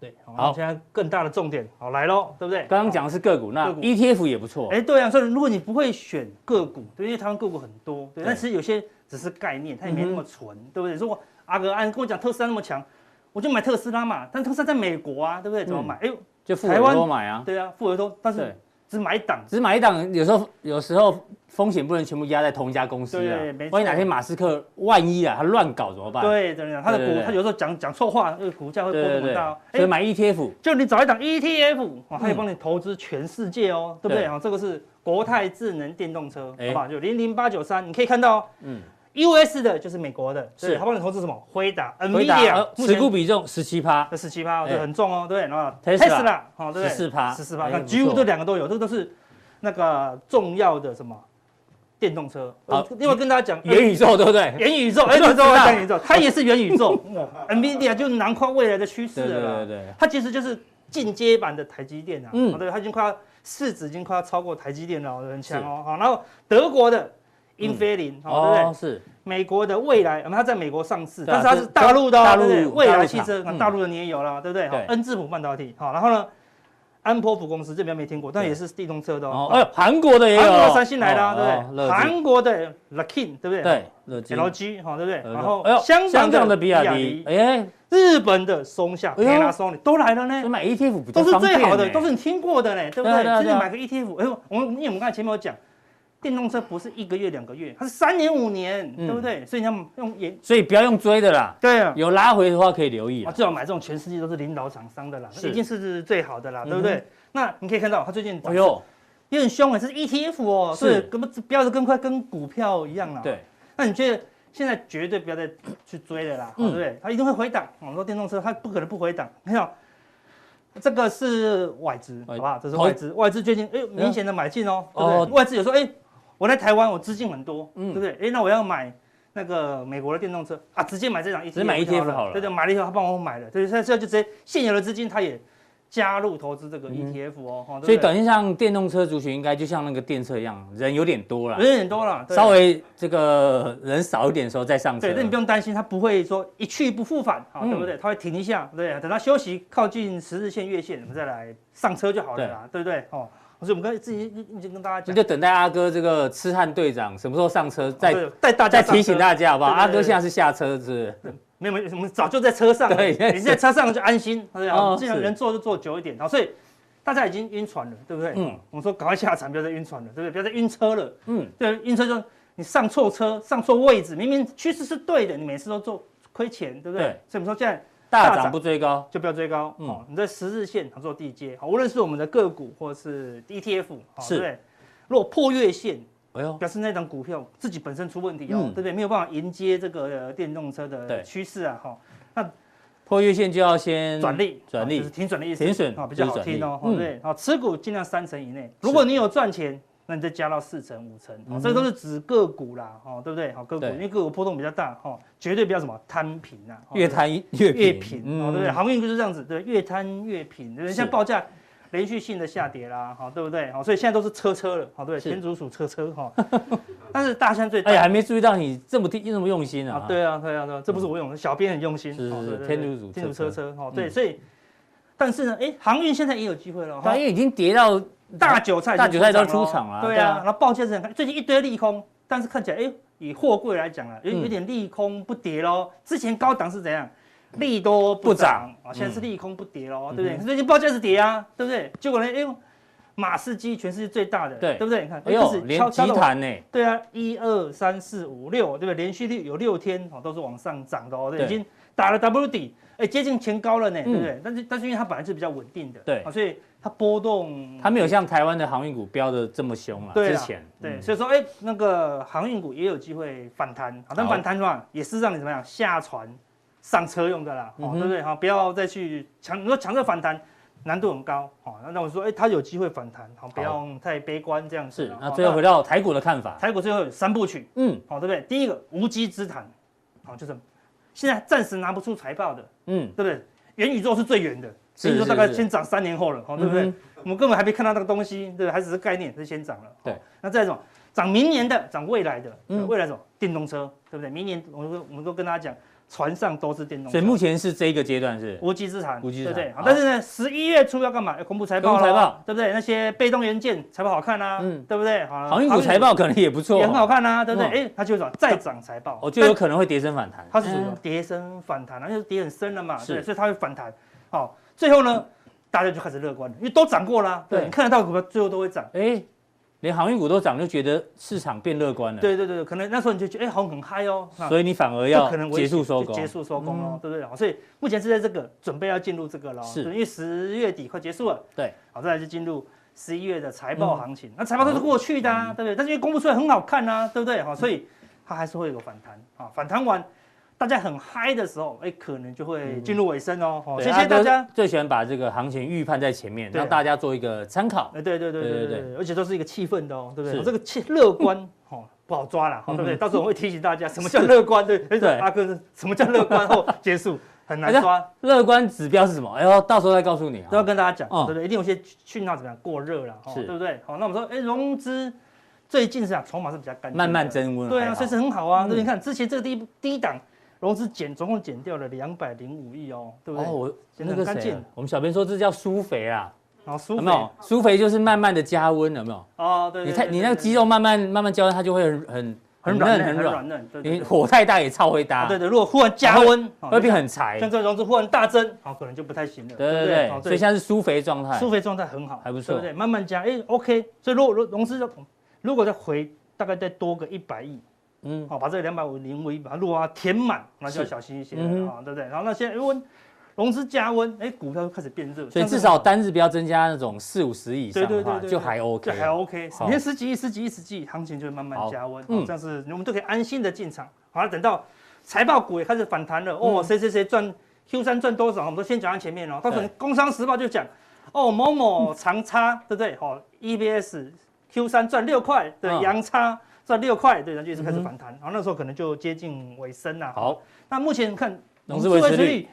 Speaker 2: 对，
Speaker 1: 好
Speaker 2: 好，现在更大的重点，好来喽，对不对？
Speaker 1: 刚刚讲的是个股，那
Speaker 2: 个股
Speaker 1: ETF 也不错
Speaker 2: 好，。哎，对啊，所以如果你不会选个股，对，因为台湾个股很多，
Speaker 1: 对
Speaker 2: 对，
Speaker 1: 嗯
Speaker 2: 但其实有些只是概念，它也没那么纯，对不对？如果阿格安跟我讲特斯拉那么强，我就买特斯拉嘛，但特斯拉在美国啊，对不对？怎么买？哎呦，
Speaker 1: 就富委
Speaker 2: 台
Speaker 1: 托
Speaker 2: 湾
Speaker 1: 买啊，
Speaker 2: 对啊，富额都，但
Speaker 1: 嗯
Speaker 2: 是
Speaker 1: 对，
Speaker 2: 只买一档，
Speaker 1: 只买一档，有时候有时候风险不能全部压在同一家公司啊
Speaker 2: 对没。错
Speaker 1: 万一哪天马斯克万一啊，他乱搞怎么办？
Speaker 2: 对，怎么样？它的
Speaker 1: 对
Speaker 2: 股
Speaker 1: 对，
Speaker 2: 它有时候讲讲错话，那个股价会波
Speaker 1: 对
Speaker 2: 动
Speaker 1: 对
Speaker 2: 很大哦。
Speaker 1: 对，所以
Speaker 2: 哎，
Speaker 1: 买 E ETF
Speaker 2: 就你找一档 E ETF，哇，它哦也
Speaker 1: 嗯
Speaker 2: 帮你投资全世界哦，对不对？
Speaker 1: 对
Speaker 2: 啊，这个是国泰智能电动车，
Speaker 1: 哎
Speaker 2: 好不好？就零零八九三，你可以看到哦。
Speaker 1: 嗯
Speaker 2: US 的就是美国的，
Speaker 1: 是
Speaker 2: 对，他帮你投资什么？辉达、
Speaker 1: 回答
Speaker 2: NVIDIA，
Speaker 1: 呃持股比重十七趴，
Speaker 2: 的十七趴，对，
Speaker 1: 哎
Speaker 2: 很重哦，对，然后
Speaker 1: Tesla
Speaker 2: Tesla，哦，对，
Speaker 1: 14%
Speaker 2: 十四
Speaker 1: 哎
Speaker 2: 趴，看
Speaker 1: 不错
Speaker 2: 几乎这两个都有，这个都是那个重要的什么电动车。
Speaker 1: 好
Speaker 2: 好，另外跟大家讲
Speaker 1: 元宇宙对不对？
Speaker 2: 元宇宙，哎
Speaker 1: 我就
Speaker 2: 元宇
Speaker 1: 知
Speaker 2: 宙，
Speaker 1: 道
Speaker 2: 元宇宙，它也是元
Speaker 1: [laughs]
Speaker 2: 宇宙哇，NVIDIA 就是囊括未来的趋势
Speaker 1: 对对
Speaker 2: 了
Speaker 1: 对
Speaker 2: 啦。
Speaker 1: 对，
Speaker 2: 它其实就是进阶版的台积电啊，
Speaker 1: 嗯
Speaker 2: 嗯，对，它已经快要市值已经快要超过台积电了，很强哦。好，然后德国的英飞凌，哦，对不对？
Speaker 1: 哦是，
Speaker 2: 美国的未来，嗯它在美国上市，
Speaker 1: 对啊
Speaker 2: 但是它
Speaker 1: 这
Speaker 2: 是大陆的哦，
Speaker 1: 大
Speaker 2: 对不对
Speaker 1: 陆
Speaker 2: 未
Speaker 1: 大陆
Speaker 2: 来
Speaker 1: 厂
Speaker 2: 汽车，
Speaker 1: 嗯
Speaker 2: 那大陆的你也有了，对不对？好
Speaker 1: 对
Speaker 2: 恩智浦半导体，好，然后呢，安波普公司这边没听过，但
Speaker 1: 对
Speaker 2: 也是电动车的
Speaker 1: 哦
Speaker 2: 哦。
Speaker 1: 哎呦，韩国的也有，
Speaker 2: 韩国三星来了，啊
Speaker 1: 哦
Speaker 2: 对
Speaker 1: 哦
Speaker 2: 不
Speaker 1: 乐
Speaker 2: 对？
Speaker 1: 基
Speaker 2: 韩国的 Luckin，对不对？
Speaker 1: 对乐基，
Speaker 2: ，LG，好，对不对？
Speaker 1: 呃
Speaker 2: 然后
Speaker 1: 哎呦
Speaker 2: 香
Speaker 1: 香港
Speaker 2: 港
Speaker 1: 的
Speaker 2: 的
Speaker 1: 比
Speaker 2: 比
Speaker 1: 亚
Speaker 2: 亚
Speaker 1: 迪
Speaker 2: 迪，，
Speaker 1: 哎，
Speaker 2: 日本的松下、
Speaker 1: 哎呦
Speaker 2: Panasonic 都来了
Speaker 1: 所以
Speaker 2: 呢。
Speaker 1: 买 ETF 比较
Speaker 2: 哎都是
Speaker 1: 方便欸
Speaker 2: 最好的，
Speaker 1: 呢
Speaker 2: 都是你听过的嘞，对不
Speaker 1: 对啊
Speaker 2: 对？
Speaker 1: 对啊
Speaker 2: 甚
Speaker 1: 对
Speaker 2: 至
Speaker 1: 啊
Speaker 2: 买个 ETF，哎呦，我们因为我们刚才前面有讲，电动车不是一个月两个月，它是三年五年，
Speaker 1: 嗯
Speaker 2: 对不对？所以你要用研
Speaker 1: 所以不要用追的啦，
Speaker 2: 对啊，
Speaker 1: 有拉回的话可以留意啊。
Speaker 2: 啊，最好买这种全世界都是领导厂商的啦，
Speaker 1: 是
Speaker 2: 一定是是最好的啦，对不
Speaker 1: 嗯
Speaker 2: 对？那你可以看到它最近
Speaker 1: 哎
Speaker 2: 涨势
Speaker 1: 呦，
Speaker 2: 也很凶哎，这是 ETF 哦，
Speaker 1: 是
Speaker 2: 是根本标的跟快跟股票一样啦。，
Speaker 1: 对，
Speaker 2: 那你觉得现在绝对不要再去追了啦，哦
Speaker 1: 嗯
Speaker 2: 对不对？它一定会回档。我们说电动车它不可能不回档，你看哦。这个是外资，
Speaker 1: 外
Speaker 2: 好不好？这是
Speaker 1: 投
Speaker 2: 外资，外资最近哎明显的买进哦，对不
Speaker 1: 哦
Speaker 2: 对？外资有时候哎，我在台湾我资金很多，
Speaker 1: 嗯
Speaker 2: 对不对？哎，那我要买那个美国的电动车啊，直接买这张 ETF，
Speaker 1: 接买 E ETF 好了
Speaker 2: 对对，买了以后他帮我买了，对，现在现在就直接现有的资金他也加入投资这个 ETF 哦，哦对
Speaker 1: 嗯
Speaker 2: 不对
Speaker 1: 所以短线上电动车族群应该就像那个电车一样，人有点多了，
Speaker 2: 人很多了，对啊
Speaker 1: 稍微这个人少一点的时候再上车。
Speaker 2: 对，那你不用担心，它不会说一去不复返，好、
Speaker 1: 嗯
Speaker 2: 对不对？它会停一下，对，等它休息靠近十日线、月线，我们再来上车就好了啦，对不对？哦，所以我们刚才自己已经跟大家
Speaker 1: 那
Speaker 2: 讲，哦
Speaker 1: 就等待阿哥这个痴汉队长什么时候上车，再
Speaker 2: 哦对带大家
Speaker 1: 再提醒
Speaker 2: 家，
Speaker 1: 大家好不好？
Speaker 2: 对对对
Speaker 1: 阿哥现在是下车是不是？
Speaker 2: 没有没有，我们早就在车上了，
Speaker 1: 对 [laughs]
Speaker 2: 你在车上就安心，对不对？
Speaker 1: 哦
Speaker 2: 哦、既然
Speaker 1: 是
Speaker 2: 能坐就坐久一点，哦好，所以大家已经晕船了，对不对？
Speaker 1: 嗯
Speaker 2: 嗯，我们说赶快下船，不要再晕船了，对不对？不要再晕车了，
Speaker 1: 嗯，
Speaker 2: 对，晕车就你上错车、上错位置，明明趋势是对的，你每次都做亏钱，对不对？
Speaker 1: 对
Speaker 2: 所以我们说现在。
Speaker 1: 大
Speaker 2: 大
Speaker 1: 涨
Speaker 2: 涨
Speaker 1: 不追高，
Speaker 2: 就不要追高。
Speaker 1: 嗯
Speaker 2: 哦，你在十日线好做地接，好，无论是我们的个股或是 E ETF，好
Speaker 1: 是
Speaker 2: 哦对不对。如果破月线，
Speaker 1: 哎呦，
Speaker 2: 表示那档股票自己本身出问题哦，
Speaker 1: 嗯
Speaker 2: 对不对？没有办法迎接这个呃电动车
Speaker 1: 对
Speaker 2: 的趋势啊，哈、
Speaker 1: 破月线就要先
Speaker 2: 转利，
Speaker 1: 转
Speaker 2: 哦
Speaker 1: 利
Speaker 2: 就是停损的意思，
Speaker 1: 停损
Speaker 2: 啊、比较好听哦，
Speaker 1: 就是转利嗯
Speaker 2: 哦对，好、持股尽量三成以内，
Speaker 1: 是嗯
Speaker 2: 如果你有赚钱。那你再加到四成、五成，哦，这都是指个股啦，哦，对不对？好，个股，
Speaker 1: 对
Speaker 2: 因为个股波动比较大，哦，绝对不要什么摊平啊，哦
Speaker 1: 越摊越
Speaker 2: 越
Speaker 1: 平
Speaker 2: 平，，哦，对不对？航运就是这样子，对，越摊越平，对不对？
Speaker 1: 嗯是
Speaker 2: 像报价连续性的下跌啦，好，对不对？哦好，所以现在都是车车了，哦好，对不
Speaker 1: 是
Speaker 2: 对，天竺鼠车车哈。 [laughs] 但是大象最
Speaker 1: 哎呀，
Speaker 2: 大，
Speaker 1: 还没注意到你这么低这么用心
Speaker 2: 啊
Speaker 1: 啊！，
Speaker 2: 对啊，对啊，对啊，这不是我用的，小编很用心，
Speaker 1: 是
Speaker 2: 好
Speaker 1: 是
Speaker 2: 对
Speaker 1: 是
Speaker 2: 对对
Speaker 1: 天竺鼠
Speaker 2: 天竺
Speaker 1: 车
Speaker 2: 车
Speaker 1: 车
Speaker 2: 车，哦，对，所以但是呢，哎，航运现在也有机会了，
Speaker 1: 它
Speaker 2: 哈
Speaker 1: 啊因，为已经跌到
Speaker 2: 大韭菜已经
Speaker 1: 大韭菜都出
Speaker 2: 咯
Speaker 1: 场了
Speaker 2: 对
Speaker 1: 对啊
Speaker 2: 啊，然后报价是很看最近一堆利空，但是看起来哎，以货柜来讲啊，有
Speaker 1: 嗯
Speaker 2: 有点利空不跌喽，之前高档是怎样？利多不涨啊，现在是利空不跌喽，对不
Speaker 1: 嗯
Speaker 2: 对？最近报价是跌啊，对不对？结果呢，哎呦，马士基全世界最大的，
Speaker 1: 对
Speaker 2: 对不对？你看，
Speaker 1: 哎
Speaker 2: 开
Speaker 1: 呦
Speaker 2: 始
Speaker 1: 连
Speaker 2: 敲
Speaker 1: 集
Speaker 2: 敲到
Speaker 1: 团呢，
Speaker 2: 对啊，一二三四五六，对不对？连续率有六天哦，都是往上涨的哦，对
Speaker 1: 对
Speaker 2: 已经打了 W 底，哎，接近前高了呢，对不
Speaker 1: 嗯
Speaker 2: 对？但是但是因为它本来是比较稳定的，
Speaker 1: 对
Speaker 2: 啊所以它波动
Speaker 1: 它没有像台湾的航运股飙的这么凶了。
Speaker 2: 对
Speaker 1: 之
Speaker 2: 啊
Speaker 1: 前
Speaker 2: 对，
Speaker 1: 嗯
Speaker 2: 所以说，哎、那个航运股也有机会反弹，好，但
Speaker 1: 好
Speaker 2: 反弹的话，也是让你怎么样下船上车用的啦，
Speaker 1: 嗯
Speaker 2: 哦，
Speaker 1: 哼
Speaker 2: 对不对？好，不要再去强，你说强势反弹难度很高，哦，那那我说，哎、它有机会反弹，好，不要太悲观这样子
Speaker 1: 是
Speaker 2: 啦。
Speaker 1: 那
Speaker 2: 哦
Speaker 1: 最后回到台股的看法，
Speaker 2: 台股最后有三部曲，哦
Speaker 1: 嗯
Speaker 2: 好，对不对？第一个无稽之谈，好，就是现在暂时拿不出财报的，
Speaker 1: 嗯，
Speaker 2: 对不对？元宇宙是最远的，
Speaker 1: 是
Speaker 2: 元宇宙
Speaker 1: 是
Speaker 2: 大概
Speaker 1: 是
Speaker 2: 先涨三年后了，哦，对不对？
Speaker 1: 嗯哼
Speaker 2: 我们根本还没看到那个东西，对不对？还只是概念，是先涨了。
Speaker 1: 对
Speaker 2: 哦，那再一种涨明年的，涨未来的，对
Speaker 1: 嗯
Speaker 2: 未来什么电动车，对不对？明年我们都我们都跟大家讲，船上都是电动车。
Speaker 1: 所以目前是这个阶段是
Speaker 2: 无稽之谈，
Speaker 1: 无稽之谈
Speaker 2: 对不对？好
Speaker 1: 好
Speaker 2: 哦但是呢，十一月初要干嘛？要公布财报
Speaker 1: 公布财
Speaker 2: 咯
Speaker 1: 报
Speaker 2: 对不对？那些被动元件财报好看啊，
Speaker 1: 嗯
Speaker 2: 对不对？好
Speaker 1: 航运股财报可能也不错
Speaker 2: 也，很好看啊，对不
Speaker 1: 嗯
Speaker 2: 对？
Speaker 1: 哦
Speaker 2: 哎，它就什么再涨财报，
Speaker 1: 我就有可能会跌升反弹。
Speaker 2: 它是属于
Speaker 1: 嗯
Speaker 2: 跌升反弹啊，因为跌很深了嘛，
Speaker 1: 是
Speaker 2: 对，所以它会反弹。好，最后呢，大家就开始乐观了，因为都涨过啦，对，
Speaker 1: 对
Speaker 2: 你看得到的股票最后都会涨。
Speaker 1: 哎，连航运股都涨，就觉得市场变乐观了。，
Speaker 2: 对对对，对可能那时候你就觉得哎，好像很嗨哦，那
Speaker 1: 所以你反而
Speaker 2: 就
Speaker 1: 要
Speaker 2: 可能危
Speaker 1: 结
Speaker 2: 险
Speaker 1: 束收
Speaker 2: 就
Speaker 1: 工。嗯
Speaker 2: 结束收工喽，对不对？好所以目前是在这个准备要进入这个喽，
Speaker 1: 是
Speaker 2: 对因为十月底快结束了，
Speaker 1: 对，
Speaker 2: 好，再来就进入十一月的财报
Speaker 1: 嗯
Speaker 2: 行情，那财报都是过去的啊，对不对？但是因为公布出来很好看啊，对不对？好，所以它还是会有个反弹啊，反弹完。大家很嗨的时候，哎，可能就会进入尾声哦。
Speaker 1: 嗯
Speaker 2: 好
Speaker 1: 对啊
Speaker 2: 谢谢大家
Speaker 1: 阿。哥最喜欢把这个行情预判在前面，
Speaker 2: 对啊
Speaker 1: 让大家做一个参考。
Speaker 2: 哎，对对
Speaker 1: 对
Speaker 2: 对对
Speaker 1: 对
Speaker 2: 对对，而且都是一个气氛的哦，对不对？
Speaker 1: 是
Speaker 2: 这个气乐观哦不好抓啦，哦对不对？
Speaker 1: 嗯
Speaker 2: 到时候我会提醒大家什么叫乐观，对 [laughs] 不对？
Speaker 1: 对
Speaker 2: 阿哥，什么叫乐观后结束很难
Speaker 1: 哎
Speaker 2: 抓，
Speaker 1: 乐观指标是什么？哎呦，到时候再告诉你
Speaker 2: 都
Speaker 1: 啊。
Speaker 2: 要跟大家讲，
Speaker 1: 嗯
Speaker 2: 对不对？一定有些讯号怎么样过热了，哦
Speaker 1: 是
Speaker 2: 对不对？好，那我们说，哎，融资最近是啊，筹码是比较干净的，
Speaker 1: 慢慢增温。
Speaker 2: 对啊，
Speaker 1: 还好
Speaker 2: 所以是很好啊。
Speaker 1: 嗯
Speaker 2: 对，你看之前这个低低档融资减，总共减掉了两百零五亿哦，对不
Speaker 1: 哦，
Speaker 2: 对？
Speaker 1: 我
Speaker 2: 显得
Speaker 1: 那
Speaker 2: 很
Speaker 1: 个
Speaker 2: 干
Speaker 1: 谁
Speaker 2: 净
Speaker 1: 啊，我们小编说这叫舒肥啊，
Speaker 2: 然后舒
Speaker 1: 有
Speaker 2: 服
Speaker 1: 没有？舒肥就是慢慢的加温，有没有？
Speaker 2: 哦，对，
Speaker 1: 你
Speaker 2: 对
Speaker 1: 太
Speaker 2: 对
Speaker 1: 你
Speaker 2: 对
Speaker 1: 那个
Speaker 2: 对
Speaker 1: 肌肉慢慢慢慢加温，它就会很很
Speaker 2: 很软
Speaker 1: 很
Speaker 2: 嫩，很
Speaker 1: 软。
Speaker 2: 软嫩，对对
Speaker 1: 你
Speaker 2: 对
Speaker 1: 火太大也超会
Speaker 2: 啊
Speaker 1: 搭
Speaker 2: 对，对，如果忽然加温，哦
Speaker 1: 会变很柴。
Speaker 2: 像这个融资忽然大增，好，可能就不太行了，
Speaker 1: 对对
Speaker 2: 不哦
Speaker 1: 对
Speaker 2: 好，
Speaker 1: 所以现在是舒肥状态。
Speaker 2: 苏菲状态很好，
Speaker 1: 还不错
Speaker 2: 对不对？慢慢加，哎，OK。所以如果如融资要如果再回大概再多个一百亿，
Speaker 1: 嗯，
Speaker 2: 哦好，把这两百五零五亿把它落啊填满，那就要
Speaker 1: 是
Speaker 2: 小心一些
Speaker 1: 嗯哼
Speaker 2: 了啊，对不对？然后那现在如果融资加温，哎，股票就开始变热，
Speaker 1: 所以
Speaker 2: 像这
Speaker 1: 至
Speaker 2: 种
Speaker 1: 少单日不要增加那种四五十以上的
Speaker 2: 对对对
Speaker 1: 话，
Speaker 2: 对对
Speaker 1: 就还 OK
Speaker 2: 就。还 OK，
Speaker 1: 好
Speaker 2: 每天十几亿、十几亿、十几亿，行情就会慢慢
Speaker 1: 好
Speaker 2: 加温，
Speaker 1: 嗯
Speaker 2: 嗯，这样子我们都可以安心的进场。好，等到财报股也开始反弹了，
Speaker 1: 嗯
Speaker 2: 哦，谁谁谁赚 Q 三赚多少，我们都先讲在前面哦。到时候
Speaker 1: 对嗯
Speaker 2: 《工商时报》就讲，哦，某某长差，对不对？哦，EBS Q，E 三赚六块的
Speaker 1: 嗯
Speaker 2: 阳差。赚六块，对，然后就一直开
Speaker 1: 嗯
Speaker 2: 始
Speaker 1: 哼
Speaker 2: 反弹，然后那时候可能就接近尾声啦。
Speaker 1: 好，
Speaker 2: 那目前看
Speaker 1: 融资维持率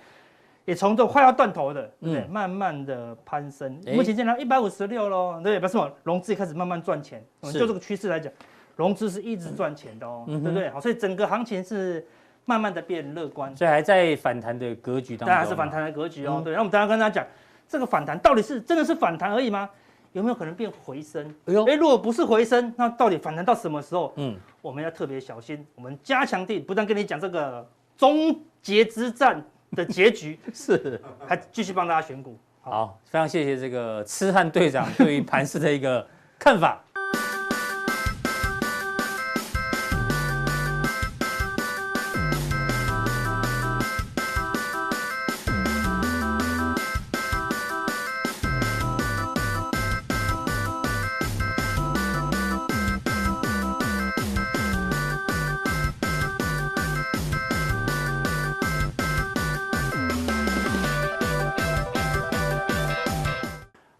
Speaker 2: 也从这种快要断头的，对不对？
Speaker 1: 嗯
Speaker 2: 慢慢的攀升，
Speaker 1: 诶
Speaker 2: 目前见到一百五十六喽，对，表示什么？融资也开始慢慢赚钱。嗯
Speaker 1: 是
Speaker 2: 就这个趋势来讲，融资是一直赚钱的哦，
Speaker 1: 嗯哼
Speaker 2: 对不对？好，所以整个行情是慢慢的变乐观，
Speaker 1: 所以还在反弹的格局当
Speaker 2: 当
Speaker 1: 中，啊
Speaker 2: 然是反。弹的格局哦。
Speaker 1: 嗯
Speaker 2: 对，那我们当然跟大家讲，这个反弹到底是真的是反弹而已吗？有没有可能变回升？
Speaker 1: 哎呦，
Speaker 2: 哎，如果不是回升，那到底反弹到什么时候？
Speaker 1: 嗯，
Speaker 2: 我们要特别小心。我们加强地不但跟你讲这个终结之战的
Speaker 1: [laughs]
Speaker 2: 结局， [laughs]
Speaker 1: 是。
Speaker 2: 还继续帮大家选股。
Speaker 1: 好，非常谢谢这个痴汉队长对于盘市的一个看法。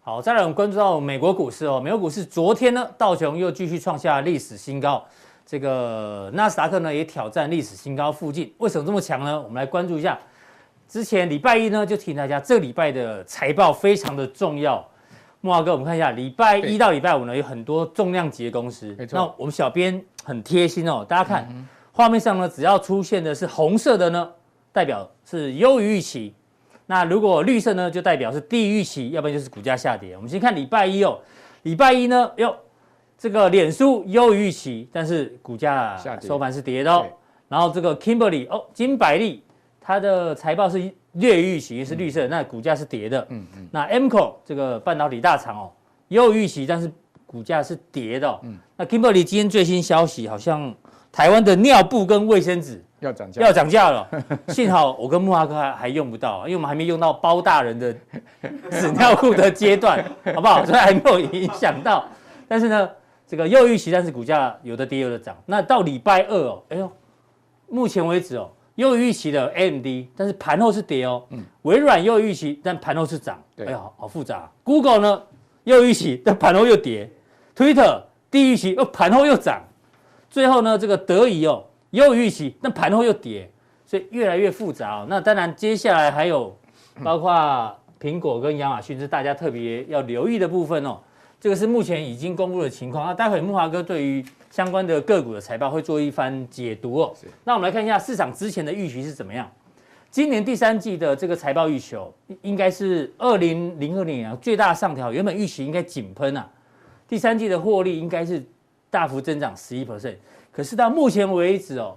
Speaker 1: 好，再来我们关注到美国股市哦，美国股市昨天呢，道琼又继续创下历史新高，这个纳斯达克呢也挑战历史新高附近。为什么这么强呢？我们来关注一下。之前礼拜一呢就提醒大家，这个礼拜的财报非常的重要。木华哥，我们看一下礼拜一
Speaker 3: 对
Speaker 1: 到礼拜五呢有很多重量级的公司
Speaker 3: 没，错
Speaker 1: 那我们小编很贴心哦，大家看画面上呢，只要出现的是红色的呢，代表是优于预期。那如果绿色呢，就代表是低于预期，要不然就是股价下跌。我们先看礼拜一哦，礼拜一呢，哟，这个脸书优于预期，但是股价
Speaker 3: 下跌
Speaker 1: 收盘是跌的哦
Speaker 3: 对。
Speaker 1: 然后这个 Kimberly 哦，金百利，它的财报是略于预期，是绿色，那股价是跌的。
Speaker 3: 嗯嗯，
Speaker 1: 那 Mco 这个半导体大厂哦，优于预期，但是股价是跌的、哦。
Speaker 3: 嗯
Speaker 1: 那 Kimberly 今天最新消息，好像台湾的尿布跟卫生纸
Speaker 3: 要涨价，
Speaker 1: 要涨价了，幸好我跟木华哥还还用不到，啊因为我们还没用到包大人的纸尿裤的阶段，好不好？所以还没有影响到。但是呢，这个又预期，但是股价有的跌有的涨。那到礼拜二哦，哎呦，目前为止哦，又预期的 AMD，但是盘后是跌哦。微软又预期，但盘后是涨。
Speaker 3: 对
Speaker 1: 哎呀，好好复杂、Google 呢又预期，但盘后又跌。Twitter 低预期，又盘后又涨。最后呢，这个德仪哦，也有预期，但盘后又跌，所以越来越复杂哦。那当然，接下来还有包括苹果跟亚马逊是大家特别要留意的部分哦。这个是目前已经公布的情况。那待会木华哥对于相关的个股的财报会做一番解读哦
Speaker 3: 是。
Speaker 1: 那我们来看一下市场之前的预期是怎么样。今年第三季的这个财报预期哦，应应该是二零零二年啊最大上调，原本预期应该井喷啊，第三季的获利应该是大幅增长十一 percent，可是到目前为止哦，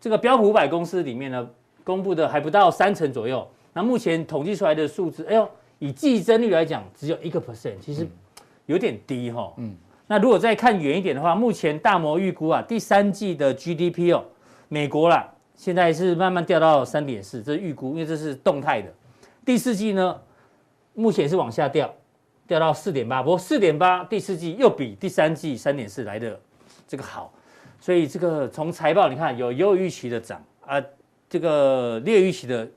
Speaker 1: 这个标普五百公司里面呢，公布的还不到三成左右。那目前统计出来的数字，哎呦，以季增率来讲，只有一个 percent，其实有点低哈、哦。嗯
Speaker 3: 嗯，
Speaker 1: 那如果再看远一点的话，目前大摩预估啊，第三季的 GDP 哦，美国啦，现在是慢慢掉到三点四，这是预估，因为这是动态的。第四季呢，目前是往下掉，掉到四点八，不过四点八第四季又比第三季三点四来的这个好，所以这个从财报你看有优于预期的涨啊、这个劣于预期的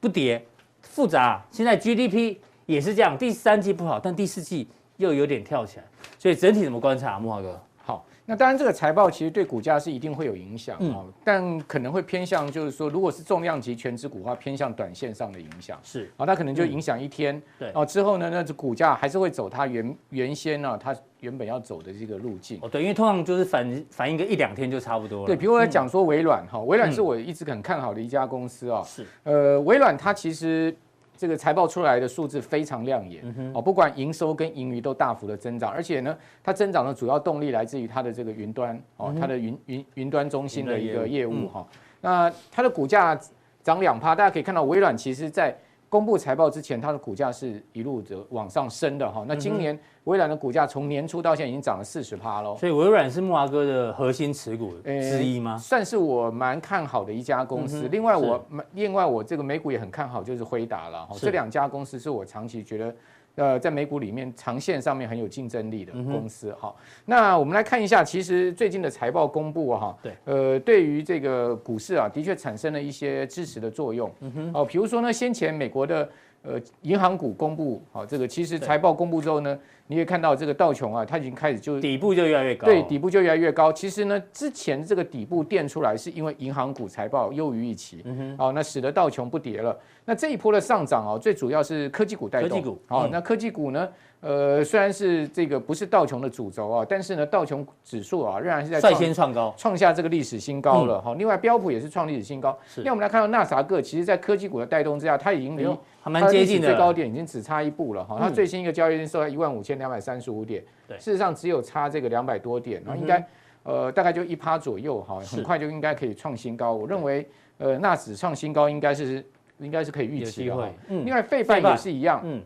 Speaker 1: 不跌，复杂、现在 GDP 也是这样，第三季不好，但第四季又有点跳起来，所以整体怎么观察、啊，木华哥？
Speaker 3: 好，那当然这个财报其实对股价是一定会有影响
Speaker 1: 嗯
Speaker 3: 哦，但可能会偏向就是说，如果是重量级全指股的话，偏向短线上的影响。
Speaker 1: 是
Speaker 3: 好，它可能就影响一天，
Speaker 1: 嗯对
Speaker 3: 哦，之后呢，那这股价还是会走它原原先呢、它原本要走的这个路径。
Speaker 1: 哦，对，因为通常就是反反应个一两天就差不多了。
Speaker 3: 对，比如我讲说微软哈，微软是
Speaker 1: 嗯
Speaker 3: 我一直很看好的一家公司哦，
Speaker 1: 是
Speaker 3: 呃，微软它其实这个财报出来的数字非常亮眼、
Speaker 1: 嗯
Speaker 3: 哦，不管营收跟盈余都大幅的增长，而且呢，它增长的主要动力来自于它的这个云端哦，它的云云云端中心的一个业
Speaker 1: 嗯云端业务嗯
Speaker 3: 务哈、那它的股价涨两趴，大家可以看到微软其实在。公布财报之前，它的股价是一路的往上升的哈。那
Speaker 1: 嗯
Speaker 3: 今年微软的股价从年初到现在已经涨了四十趴喽。
Speaker 1: 所以微软是木华哥的核心持股
Speaker 3: 呃
Speaker 1: 之一吗？
Speaker 3: 算是我蛮看好的一家公司。
Speaker 1: 嗯哼
Speaker 3: 另外我蛮另外我这个美股也很看好，就是辉达了。哦
Speaker 1: 是
Speaker 3: 这两家公司是我长期觉得。呃，在美股里面，长线上面很有竞争力的
Speaker 1: 嗯
Speaker 3: 公司哈、那我们来看一下，其实最近的财报公布啊哈、
Speaker 1: 对，
Speaker 3: 呃，对于这个股市啊，的确产生了一些支持的作用。嗯哼，哦，比如说呢，先前美国的呃银行股公布好、这个，其实财报公布之后呢，你也看到这个道琼啊，它已经开始就
Speaker 1: 底部就越来越高，
Speaker 3: 对，底部就越来越高。其实呢，之前这个底部垫出来，是因为银行股财报优于预期，
Speaker 1: 嗯
Speaker 3: 好、那使得道琼不跌了。那这一波的上涨哦，最主要是科技股带动。
Speaker 1: 科技股
Speaker 3: 好、
Speaker 1: 嗯
Speaker 3: 那科技股呢，呃，虽然是这个不是道琼的主轴啊，但是呢，道琼指数啊，仍然是在
Speaker 1: 率
Speaker 3: 创
Speaker 1: 先创高，
Speaker 3: 创下这个历史新高了哈、另外，标普也是创历史新高。
Speaker 1: 是
Speaker 3: 那我们来看到纳斯达克，其实在科技股的带动之下，它已经
Speaker 1: 哎
Speaker 3: 离
Speaker 1: 呦还蛮接近
Speaker 3: 它历史最高
Speaker 1: 的，
Speaker 3: 点已经只差一步了哈，它
Speaker 1: 嗯
Speaker 3: 最新一个交易日收在一万五千两百三十五点，
Speaker 1: 对
Speaker 3: 事实上只有差这个两百多点，
Speaker 1: 嗯
Speaker 3: 然后
Speaker 1: 哼
Speaker 3: 应该呃大概就一趴左右哈，
Speaker 1: 是
Speaker 3: 很快就应该可以创新高，我认为呃纳指创新高应该是应该是可以预
Speaker 1: 有
Speaker 3: 期
Speaker 1: 机
Speaker 3: 的哈
Speaker 1: 会。，嗯
Speaker 3: 另外，费半
Speaker 1: 费半
Speaker 3: 也是一样，
Speaker 1: 嗯，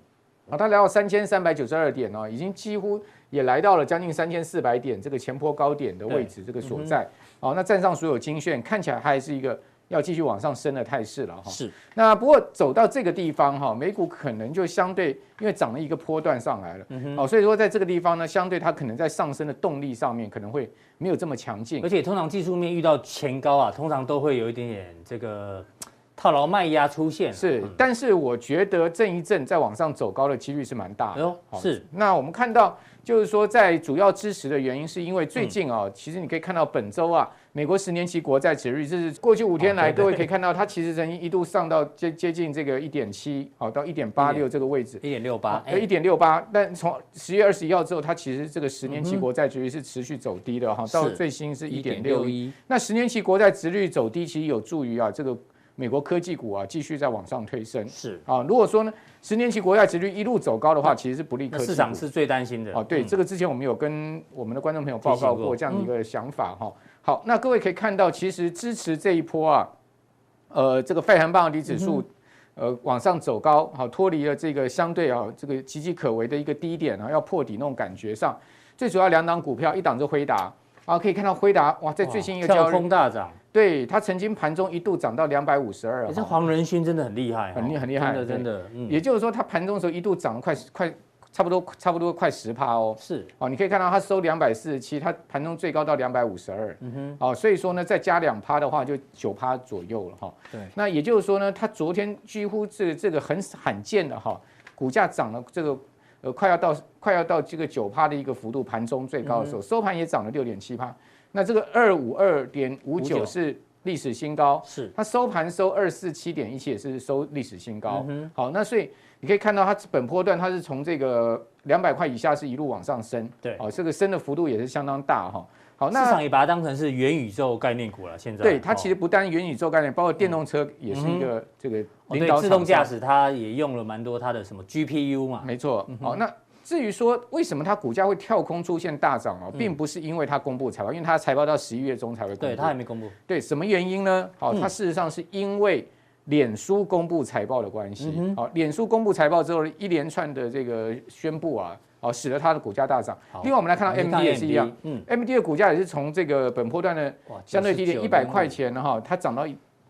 Speaker 3: 啊，它来到三千三百九十二点哦，已经几乎也来到了将近三千四百点这个前坡高点的位置，这个
Speaker 1: 嗯
Speaker 3: 所在。好，那站上所有金线，看起来还是一个要继续往上升的态势了哈。
Speaker 1: 是
Speaker 3: 那不过走到这个地方哈，美股可能就相对因为涨了一个波段上来了，
Speaker 1: 嗯
Speaker 3: 哦，所以说在这个地方呢，相对它可能在上升的动力上面可能会没有这么强劲
Speaker 1: 而。且通常技术面遇到前高啊，通常都会有一点点这个套牢卖压出现啊，
Speaker 3: 是
Speaker 1: 嗯，
Speaker 3: 但是我觉得震一震再往上走高的几率是蛮大
Speaker 1: 哎
Speaker 3: 的
Speaker 1: 呦。
Speaker 3: 好
Speaker 1: 是，
Speaker 3: 那我们看到就是说，在主要支持的原因，是因为最近
Speaker 1: 嗯
Speaker 3: 啊，其实你可以看到本周啊，美国十年期国债值率，这是过去五天
Speaker 1: 哦
Speaker 3: 来
Speaker 1: 对对
Speaker 3: 各位可以看到，它其实曾经一度上到接接近这个一点七，好到一点八六这个位置。
Speaker 1: 一点六八，
Speaker 3: 哦一
Speaker 1: 哎，
Speaker 3: 点六八，但从十月二十一号之后，它其实这个十年期国债值率是持续走低的哈，到
Speaker 1: 嗯是
Speaker 3: 最新是一点六一。
Speaker 1: 一，
Speaker 3: 那十年期国债值率走低，其实有助于啊这个美国科技股啊继续在往上推升
Speaker 1: 是，
Speaker 3: 啊。如果说呢，十年期国债值率一路走高的话，其实是不利科
Speaker 1: 那
Speaker 3: 技股。
Speaker 1: 市场是最担心的
Speaker 3: 哦，对，
Speaker 1: 嗯
Speaker 3: 这个之前我们有跟我们的观众朋友报
Speaker 1: 提醒
Speaker 3: 告
Speaker 1: 过
Speaker 3: 过这样的一个想法哈、好，那各位可以看到，其实支持这一波啊，呃，这个费城半导体指
Speaker 1: 嗯
Speaker 3: 数、呃往上走高，好、脱离了这个相对啊这个岌岌可危的一个低点啊，要破底那种感觉上，最主要两档股票，一档就辉达。啊，可以看到辉达哇，在最新一个
Speaker 1: 哇
Speaker 3: 交
Speaker 1: 哦跳
Speaker 3: 易哦日，
Speaker 1: 空大涨，
Speaker 3: 对它曾经盘中一度涨到两百五十二
Speaker 1: 哎，这黄仁勋真的很厉害哦，
Speaker 3: 很厉很厉害
Speaker 1: 真的
Speaker 3: 对
Speaker 1: 真的，嗯，
Speaker 3: 也就是说它盘中的时候一度涨了快快差不多差不多快十趴哦，
Speaker 1: 是
Speaker 3: 哦，你可以看到它收两百四十七，它盘中最高到两百五十二，嗯哼，哦，所以说呢，再加两趴的话，就九趴左右了哈、
Speaker 1: 对
Speaker 3: 那也就是说呢，它昨天几乎这这个很罕见的哈、股价涨了这个呃快要到快要到这个九趴的一个幅度，盘中最高的时候，收盘也涨了六点七趴。那这个二五二点五九
Speaker 1: 59
Speaker 3: 是历史新高，
Speaker 1: 是，
Speaker 3: 它收盘收二四七点一七，也是收历史新
Speaker 1: 嗯
Speaker 3: 高。好，那所以你可以看到它本波段它是从这个两百块以下是一路往上升，
Speaker 1: 对
Speaker 3: 哦，这个升的幅度也是相当大哈、好，
Speaker 1: 市
Speaker 3: 那
Speaker 1: 场也啊把它当成是元宇宙概念股了，现在哦
Speaker 3: 对它其
Speaker 1: 实
Speaker 3: 实不单元宇宙概念，包括电动车也是一个这个领
Speaker 1: 嗯
Speaker 3: 导
Speaker 1: 哦对自动
Speaker 3: 厂商
Speaker 1: 驾，驶它也用了蛮多它的什么 GPU 嘛，
Speaker 3: 没错。好，那。至于说为什么它股价会跳空出现大涨哦，并不是因为它公布财报，因为它财报到十一月中才会公
Speaker 1: 嗯
Speaker 3: 布。
Speaker 1: 对，它还没公布，
Speaker 3: 对，什么原因呢？好、
Speaker 1: 嗯
Speaker 3: 它事实上是因为脸书公布财报的关系。
Speaker 1: 嗯
Speaker 3: 好、脸书公布财报之后，一连串的这个宣布啊，哦，使得它的股价大涨
Speaker 1: 好。
Speaker 3: 另外，我们来看
Speaker 1: 哦
Speaker 3: 到 MD 也是一样，，
Speaker 1: 嗯，
Speaker 3: ，MD 的股价也是从这个本波段的
Speaker 1: 哇
Speaker 3: 相对低点
Speaker 1: 99
Speaker 3: 一百块钱哈、它涨到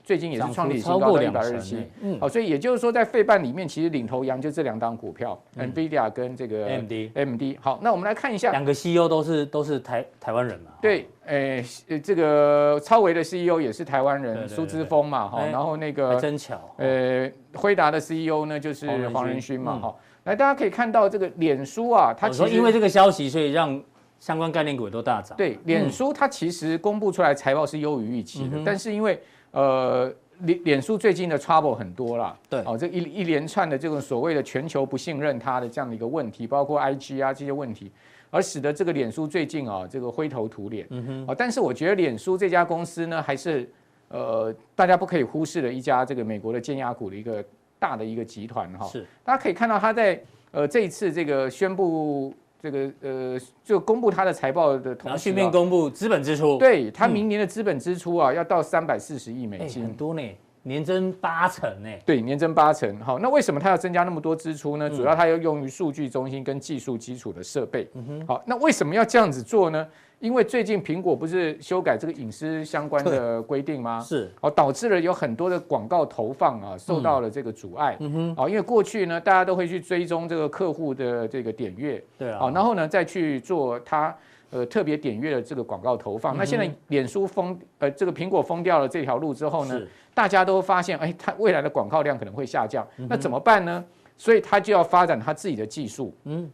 Speaker 3: 最近也是
Speaker 1: 涨
Speaker 3: 创
Speaker 1: 幅
Speaker 3: 历史
Speaker 1: 超
Speaker 3: 新高
Speaker 1: 过
Speaker 3: 的一百
Speaker 1: 两
Speaker 3: 二十
Speaker 1: 成
Speaker 3: 七
Speaker 1: 欸。嗯
Speaker 3: 好、所以也就是说，在费半里面，其实领头羊就这两档股票、n v i d i a 跟这个
Speaker 1: AMD
Speaker 3: MD。好，那我们来看一
Speaker 1: 嗯
Speaker 3: 下
Speaker 1: 两个 CEO 都是都是台台湾人嘛，哦
Speaker 3: 对，诶、呃这个超维的 CEO 也是台湾
Speaker 1: 对对
Speaker 3: 人
Speaker 1: 对
Speaker 3: 苏之峰嘛，哈，
Speaker 1: 哎
Speaker 3: 然后那
Speaker 1: 还
Speaker 3: 个
Speaker 1: 真巧，
Speaker 3: 呃，辉达的 CEO 呢就
Speaker 1: 黄仁
Speaker 3: 是
Speaker 1: 勋
Speaker 3: 黄仁勋嘛，
Speaker 1: 嗯
Speaker 3: 哈、来，大家可以看到这个脸书啊，它
Speaker 1: 我
Speaker 3: 其
Speaker 1: 哦说
Speaker 3: 实
Speaker 1: 因为这个消息，所以让相关概念股也都大涨，
Speaker 3: 对脸书它其实公布出来财报是优于预期的，但是因为呃。脸脸书最近的 trouble 很多啦，
Speaker 1: 对
Speaker 3: 哦，这一一连串的这种所谓的全球不信任它的这样的一个问题，包括 IG 啊这些问题，而使得这个脸书最近啊这个灰头土脸，嗯哼，哦，但是我觉得脸书这家公司呢，还是呃大家不可以忽视的一家这个美国的尖牙股的一个大的一个集团哈、
Speaker 1: 是
Speaker 3: 大家可以看到它在呃这一次这个宣布这个呃就公布它的财报的
Speaker 1: 然
Speaker 3: 同
Speaker 1: 后
Speaker 3: 时、
Speaker 1: 顺
Speaker 3: 啊，
Speaker 1: 便公布资本支出，
Speaker 3: 对它明年的资本支出啊要到三百四十亿美
Speaker 1: 哎，
Speaker 3: 金。
Speaker 1: 很多呢，年增八成呢，
Speaker 3: 对，年增八成。好，那为什么它要增加那么多支出呢？
Speaker 1: 嗯
Speaker 3: 主要它要用于数据中心跟技术基础的设备。
Speaker 1: 嗯
Speaker 3: 好，那为什么要这样子做呢？因为最近苹果不是修改这个隐私相关的规定吗？
Speaker 1: 是
Speaker 3: 哦，导致了有很多的广告投放啊受到了这个阻碍。
Speaker 1: 嗯
Speaker 3: 哦，因为过去呢，大家都会去追踪这个客户的这个点阅，
Speaker 1: 对啊，
Speaker 3: 好，然后呢再去做它呃特别点阅的这个广告投放。那现在
Speaker 1: 嗯
Speaker 3: 脸书封呃这个苹果封掉了这条路之后呢，
Speaker 1: 是嗯
Speaker 3: 大家都发现哎它未来的广告量可能会下降，那怎么办呢？所以它就要发展它自己的技术，
Speaker 1: 嗯
Speaker 3: 嗯，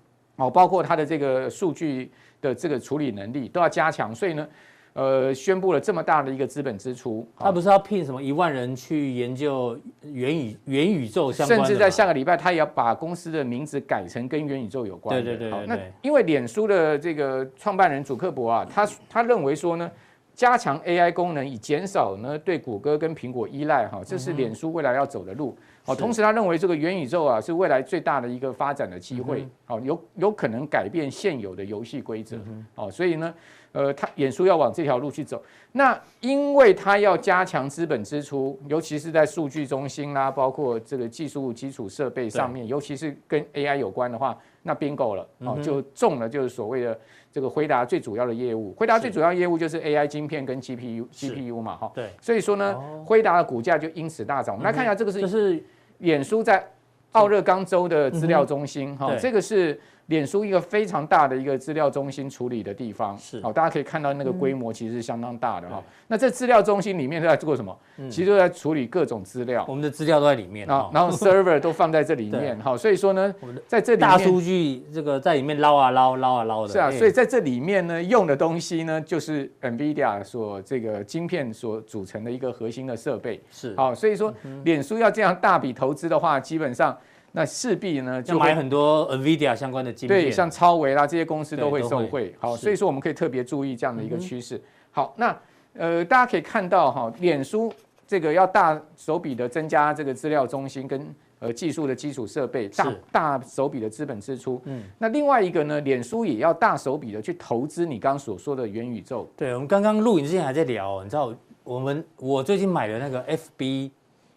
Speaker 3: 哦，包括它的这个数据的这个处理能力都要加强。所以呢，呃，宣布了这么大的一个资本支出，哦
Speaker 1: 他不是要聘什么一万人去研究元宇元宇宙相关
Speaker 3: 甚
Speaker 1: 的吗，
Speaker 3: 至在下个礼拜，他也要把公司的名字改成跟元宇宙有关的。
Speaker 1: 对对对
Speaker 3: 好
Speaker 1: 对
Speaker 3: 那
Speaker 1: 对
Speaker 3: 因为脸书的这个创办人祖克伯啊，他他认为说呢，加强 AI 功能以减少呢对谷歌跟苹果依赖哈，这是脸书未来要走的路。好，
Speaker 1: 是
Speaker 3: 同时他认为这个元宇宙啊是未来最大的一个发展的机
Speaker 1: 嗯
Speaker 3: 会，好，有有可能改变现有的游戏规则。哦，所以呢，呃，他脸书要往这条路去走。那因为它要加强资本支出，尤其是在数据中心啦、包括这个技术基础设备上面，尤其是跟 AI 有关的话，那 bingo 了
Speaker 1: 嗯
Speaker 3: 哦
Speaker 1: 哼，
Speaker 3: 就中了就是所谓的这个回答最主要的业务。回答最主要业务就是 AI 晶片跟 GPU
Speaker 1: 是
Speaker 3: GPU 嘛，哈。
Speaker 1: 对，哦嗯
Speaker 3: 所以说呢，辉达的股价就因此大涨。我们来看一下，这个
Speaker 1: 就是是
Speaker 3: 脸书在奥勒冈州的资料中心哈、
Speaker 1: 对
Speaker 3: 这个是脸书一个非常大的一个资料中心处理的地方。
Speaker 1: 是嗯
Speaker 3: 好、大家可以看到那个规模其实是相当大的哈、那这资料中心里面都在做什么？其实都在处理各种资料
Speaker 1: 我，们的资料都在里面
Speaker 3: 然后
Speaker 1: 啊，
Speaker 3: 然后 server 都放在这
Speaker 1: [laughs]
Speaker 3: 里面哈、所以说呢
Speaker 1: 我们的，
Speaker 3: 在这里面
Speaker 1: 大数据这个在里面捞啊捞捞啊捞的，
Speaker 3: 是啊，
Speaker 1: 哎
Speaker 3: 所以在这里面呢，用的东西呢，就是 NVIDIA 所这个晶片所组成的一个核心的设备。
Speaker 1: 是嗯
Speaker 3: 好，所以说脸书要这样大笔投资的话，基本上那势必呢
Speaker 1: 要
Speaker 3: 就
Speaker 1: 买
Speaker 3: 会
Speaker 1: 很多 Nvidia 相关的晶片，
Speaker 3: 对像超维啦这些公司
Speaker 1: 对
Speaker 3: 都会
Speaker 1: 都
Speaker 3: 受
Speaker 1: 会
Speaker 3: 惠。好，
Speaker 1: 是嗯
Speaker 3: 所以说我们可以特别注意这样的一个趋势。好，那呃大家可以看到哈，脸书这个要大手笔的增加这个资料中心跟呃技术的基础设备，大
Speaker 1: 是
Speaker 3: 大手笔的资本支出。
Speaker 1: 嗯
Speaker 3: 嗯，那另外一个呢，脸书也要大手笔的去投资你刚刚所说的元宇宙。
Speaker 1: 对，我们刚刚录影之前还在聊哦，你知道我们我最近买了那个 FB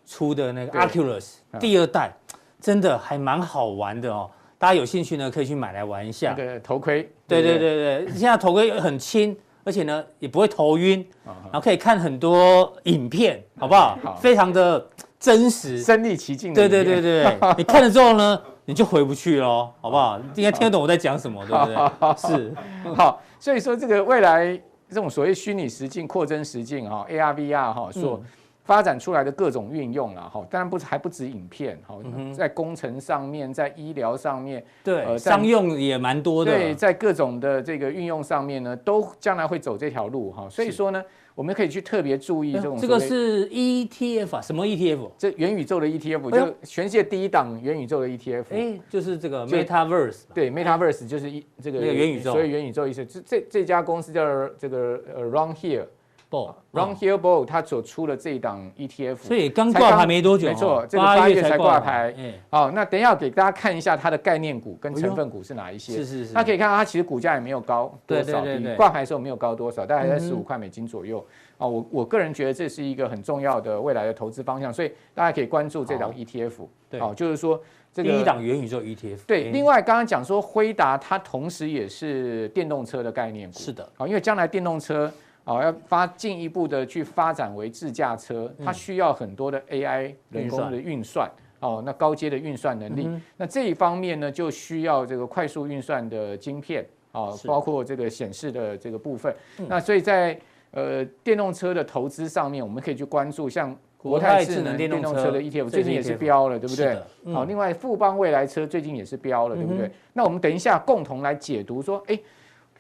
Speaker 1: 出的那个
Speaker 3: 对
Speaker 1: Oculus
Speaker 3: 嗯
Speaker 1: 第二代，真的还蛮好玩的哦。大家有兴趣呢，可以去买来玩一
Speaker 3: 那
Speaker 1: 下。
Speaker 3: 个头盔，
Speaker 1: 对
Speaker 3: 不
Speaker 1: 对对对，现在头盔很轻，而且呢也不会头晕，
Speaker 3: 啊
Speaker 1: 然后可以看很多影片，好不好？
Speaker 3: 好
Speaker 1: [laughs] 非常的真实。
Speaker 3: 身临其境的
Speaker 1: 对
Speaker 3: 里
Speaker 1: 对
Speaker 3: 面。
Speaker 1: 对对，你看了之后呢，你就回不去喽，好不好？应该听得懂我在讲什么，对不对？是，
Speaker 3: [laughs] 好，所以说这个未来这种所谓虚拟实境、扩增实境哈、AR、VR 哈、
Speaker 1: 嗯
Speaker 3: 所发展出来的各种运用啦哈，当然不是还不止影片哈、
Speaker 1: 嗯
Speaker 3: 在工程上面，在医疗上面，
Speaker 1: 对，
Speaker 3: 呃
Speaker 1: 商用也蛮多的。
Speaker 3: 对，在各种的这个运用上面呢，都将来会走这条路哈、所以说呢，我们可以去特别注意
Speaker 1: 哎
Speaker 3: 这
Speaker 1: 呦
Speaker 3: 种
Speaker 1: 这
Speaker 3: 所
Speaker 1: 个
Speaker 3: 谓
Speaker 1: 是 ETF 啊，什么 ETF？
Speaker 3: 这元宇宙的 ETF，
Speaker 1: 哎呦
Speaker 3: 就全世界第一档元宇宙的 ETF。
Speaker 1: 哎，就是这个
Speaker 3: 就
Speaker 1: Metaverse 嘛。
Speaker 3: 对，MetaVerse 就是一这个
Speaker 1: 那个元宇宙
Speaker 3: 所以元宇宙意思，这这这家公司叫这个呃 Round Here，
Speaker 1: 哦
Speaker 3: Round Hill Ball 它所出的这一档 E ETF，
Speaker 1: 所以刚挂牌没多久哦，
Speaker 3: 没错这个
Speaker 1: 八
Speaker 3: 八
Speaker 1: 月
Speaker 3: 月才
Speaker 1: 挂
Speaker 3: 挂牌
Speaker 1: 哎，
Speaker 3: 好，那等一下给大家看一下它的概念股跟
Speaker 1: 哎呦
Speaker 3: 成分股是哪一些。
Speaker 1: 是是是，
Speaker 3: 那可以看到它其实股价也没有高多
Speaker 1: 对对
Speaker 3: 少，
Speaker 1: 对对
Speaker 3: 比挂牌的时候没有高多少，大概在
Speaker 1: 嗯哼
Speaker 3: 十五块美金左右。哦，我我个人觉得这是一个很重要的未来的投资方向，所以大家可以关注这档
Speaker 1: 好
Speaker 3: ETF。
Speaker 1: 对
Speaker 3: 哦，就是说这个
Speaker 1: 第一档元宇宙 ETF。
Speaker 3: 对，
Speaker 1: 哎
Speaker 3: 另外刚刚讲说辉达，它同时也是电动车的概念股。
Speaker 1: 是的，
Speaker 3: 好，因为将来电动车啊要发进一步的去发展为自驾车，它需要很多的 AI 人工的嗯运算。嗯哦，那高阶的运算能力，那这一方面呢，就需要这个快速运算的晶片哦，
Speaker 1: 是
Speaker 3: 包括这个显示的这个部分。那所以在呃电动车的投资上面，我们可以去关注像
Speaker 1: 国
Speaker 3: 国
Speaker 1: 泰
Speaker 3: 泰
Speaker 1: 智
Speaker 3: 智
Speaker 1: 能
Speaker 3: 能
Speaker 1: 电
Speaker 3: 电
Speaker 1: 动
Speaker 3: 动
Speaker 1: 车
Speaker 3: 车的 ETF，最近也
Speaker 1: 这个
Speaker 3: 是
Speaker 1: ETF
Speaker 3: 标了，对不
Speaker 1: 是
Speaker 3: 对
Speaker 1: 的？嗯
Speaker 3: 好，另外富邦未来车最近也是标了，对不对？那我们等一下共同来解读说，哎，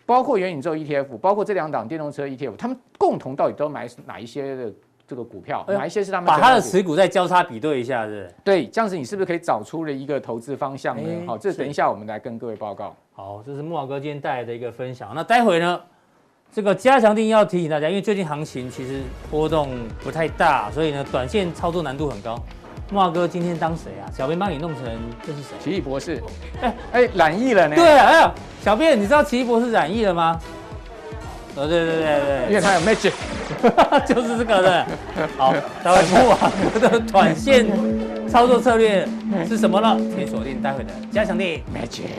Speaker 3: 包括元宇宙 ETF，包括这两档电动车 ETF，他们共同到底都买哪一些的这个股票？
Speaker 1: 哎呦
Speaker 3: 哪一些是他们
Speaker 1: 把
Speaker 3: 整
Speaker 1: 它的
Speaker 3: 个股
Speaker 1: 持股再交叉比对一下，是不是？
Speaker 3: 对？这样子你是不是可以找出了一个投资方向
Speaker 1: 哎
Speaker 3: 呢？好，这
Speaker 1: 是
Speaker 3: 等一下我们来跟各位报告。
Speaker 1: 好，这是木老哥今天带来的一个分享。那待会呢，这个加强定要提醒大家，因为最近行情其实波动不太大，所以呢，短线操作难度很高。木老哥今天当谁啊？小编帮你弄成这是谁？
Speaker 3: 奇异博士，
Speaker 1: 哎
Speaker 3: 哎哎，染疫了呢？
Speaker 1: 对，哎呀，小编，你知道奇异博士染疫了吗？呃、对对
Speaker 3: 因
Speaker 1: 对
Speaker 3: 为他有 magic。 [laughs]
Speaker 1: 对， [laughs] 就是这个的。好，台湾木网的短线操作策略是什么呢？请锁定待会的加强力。
Speaker 3: magic。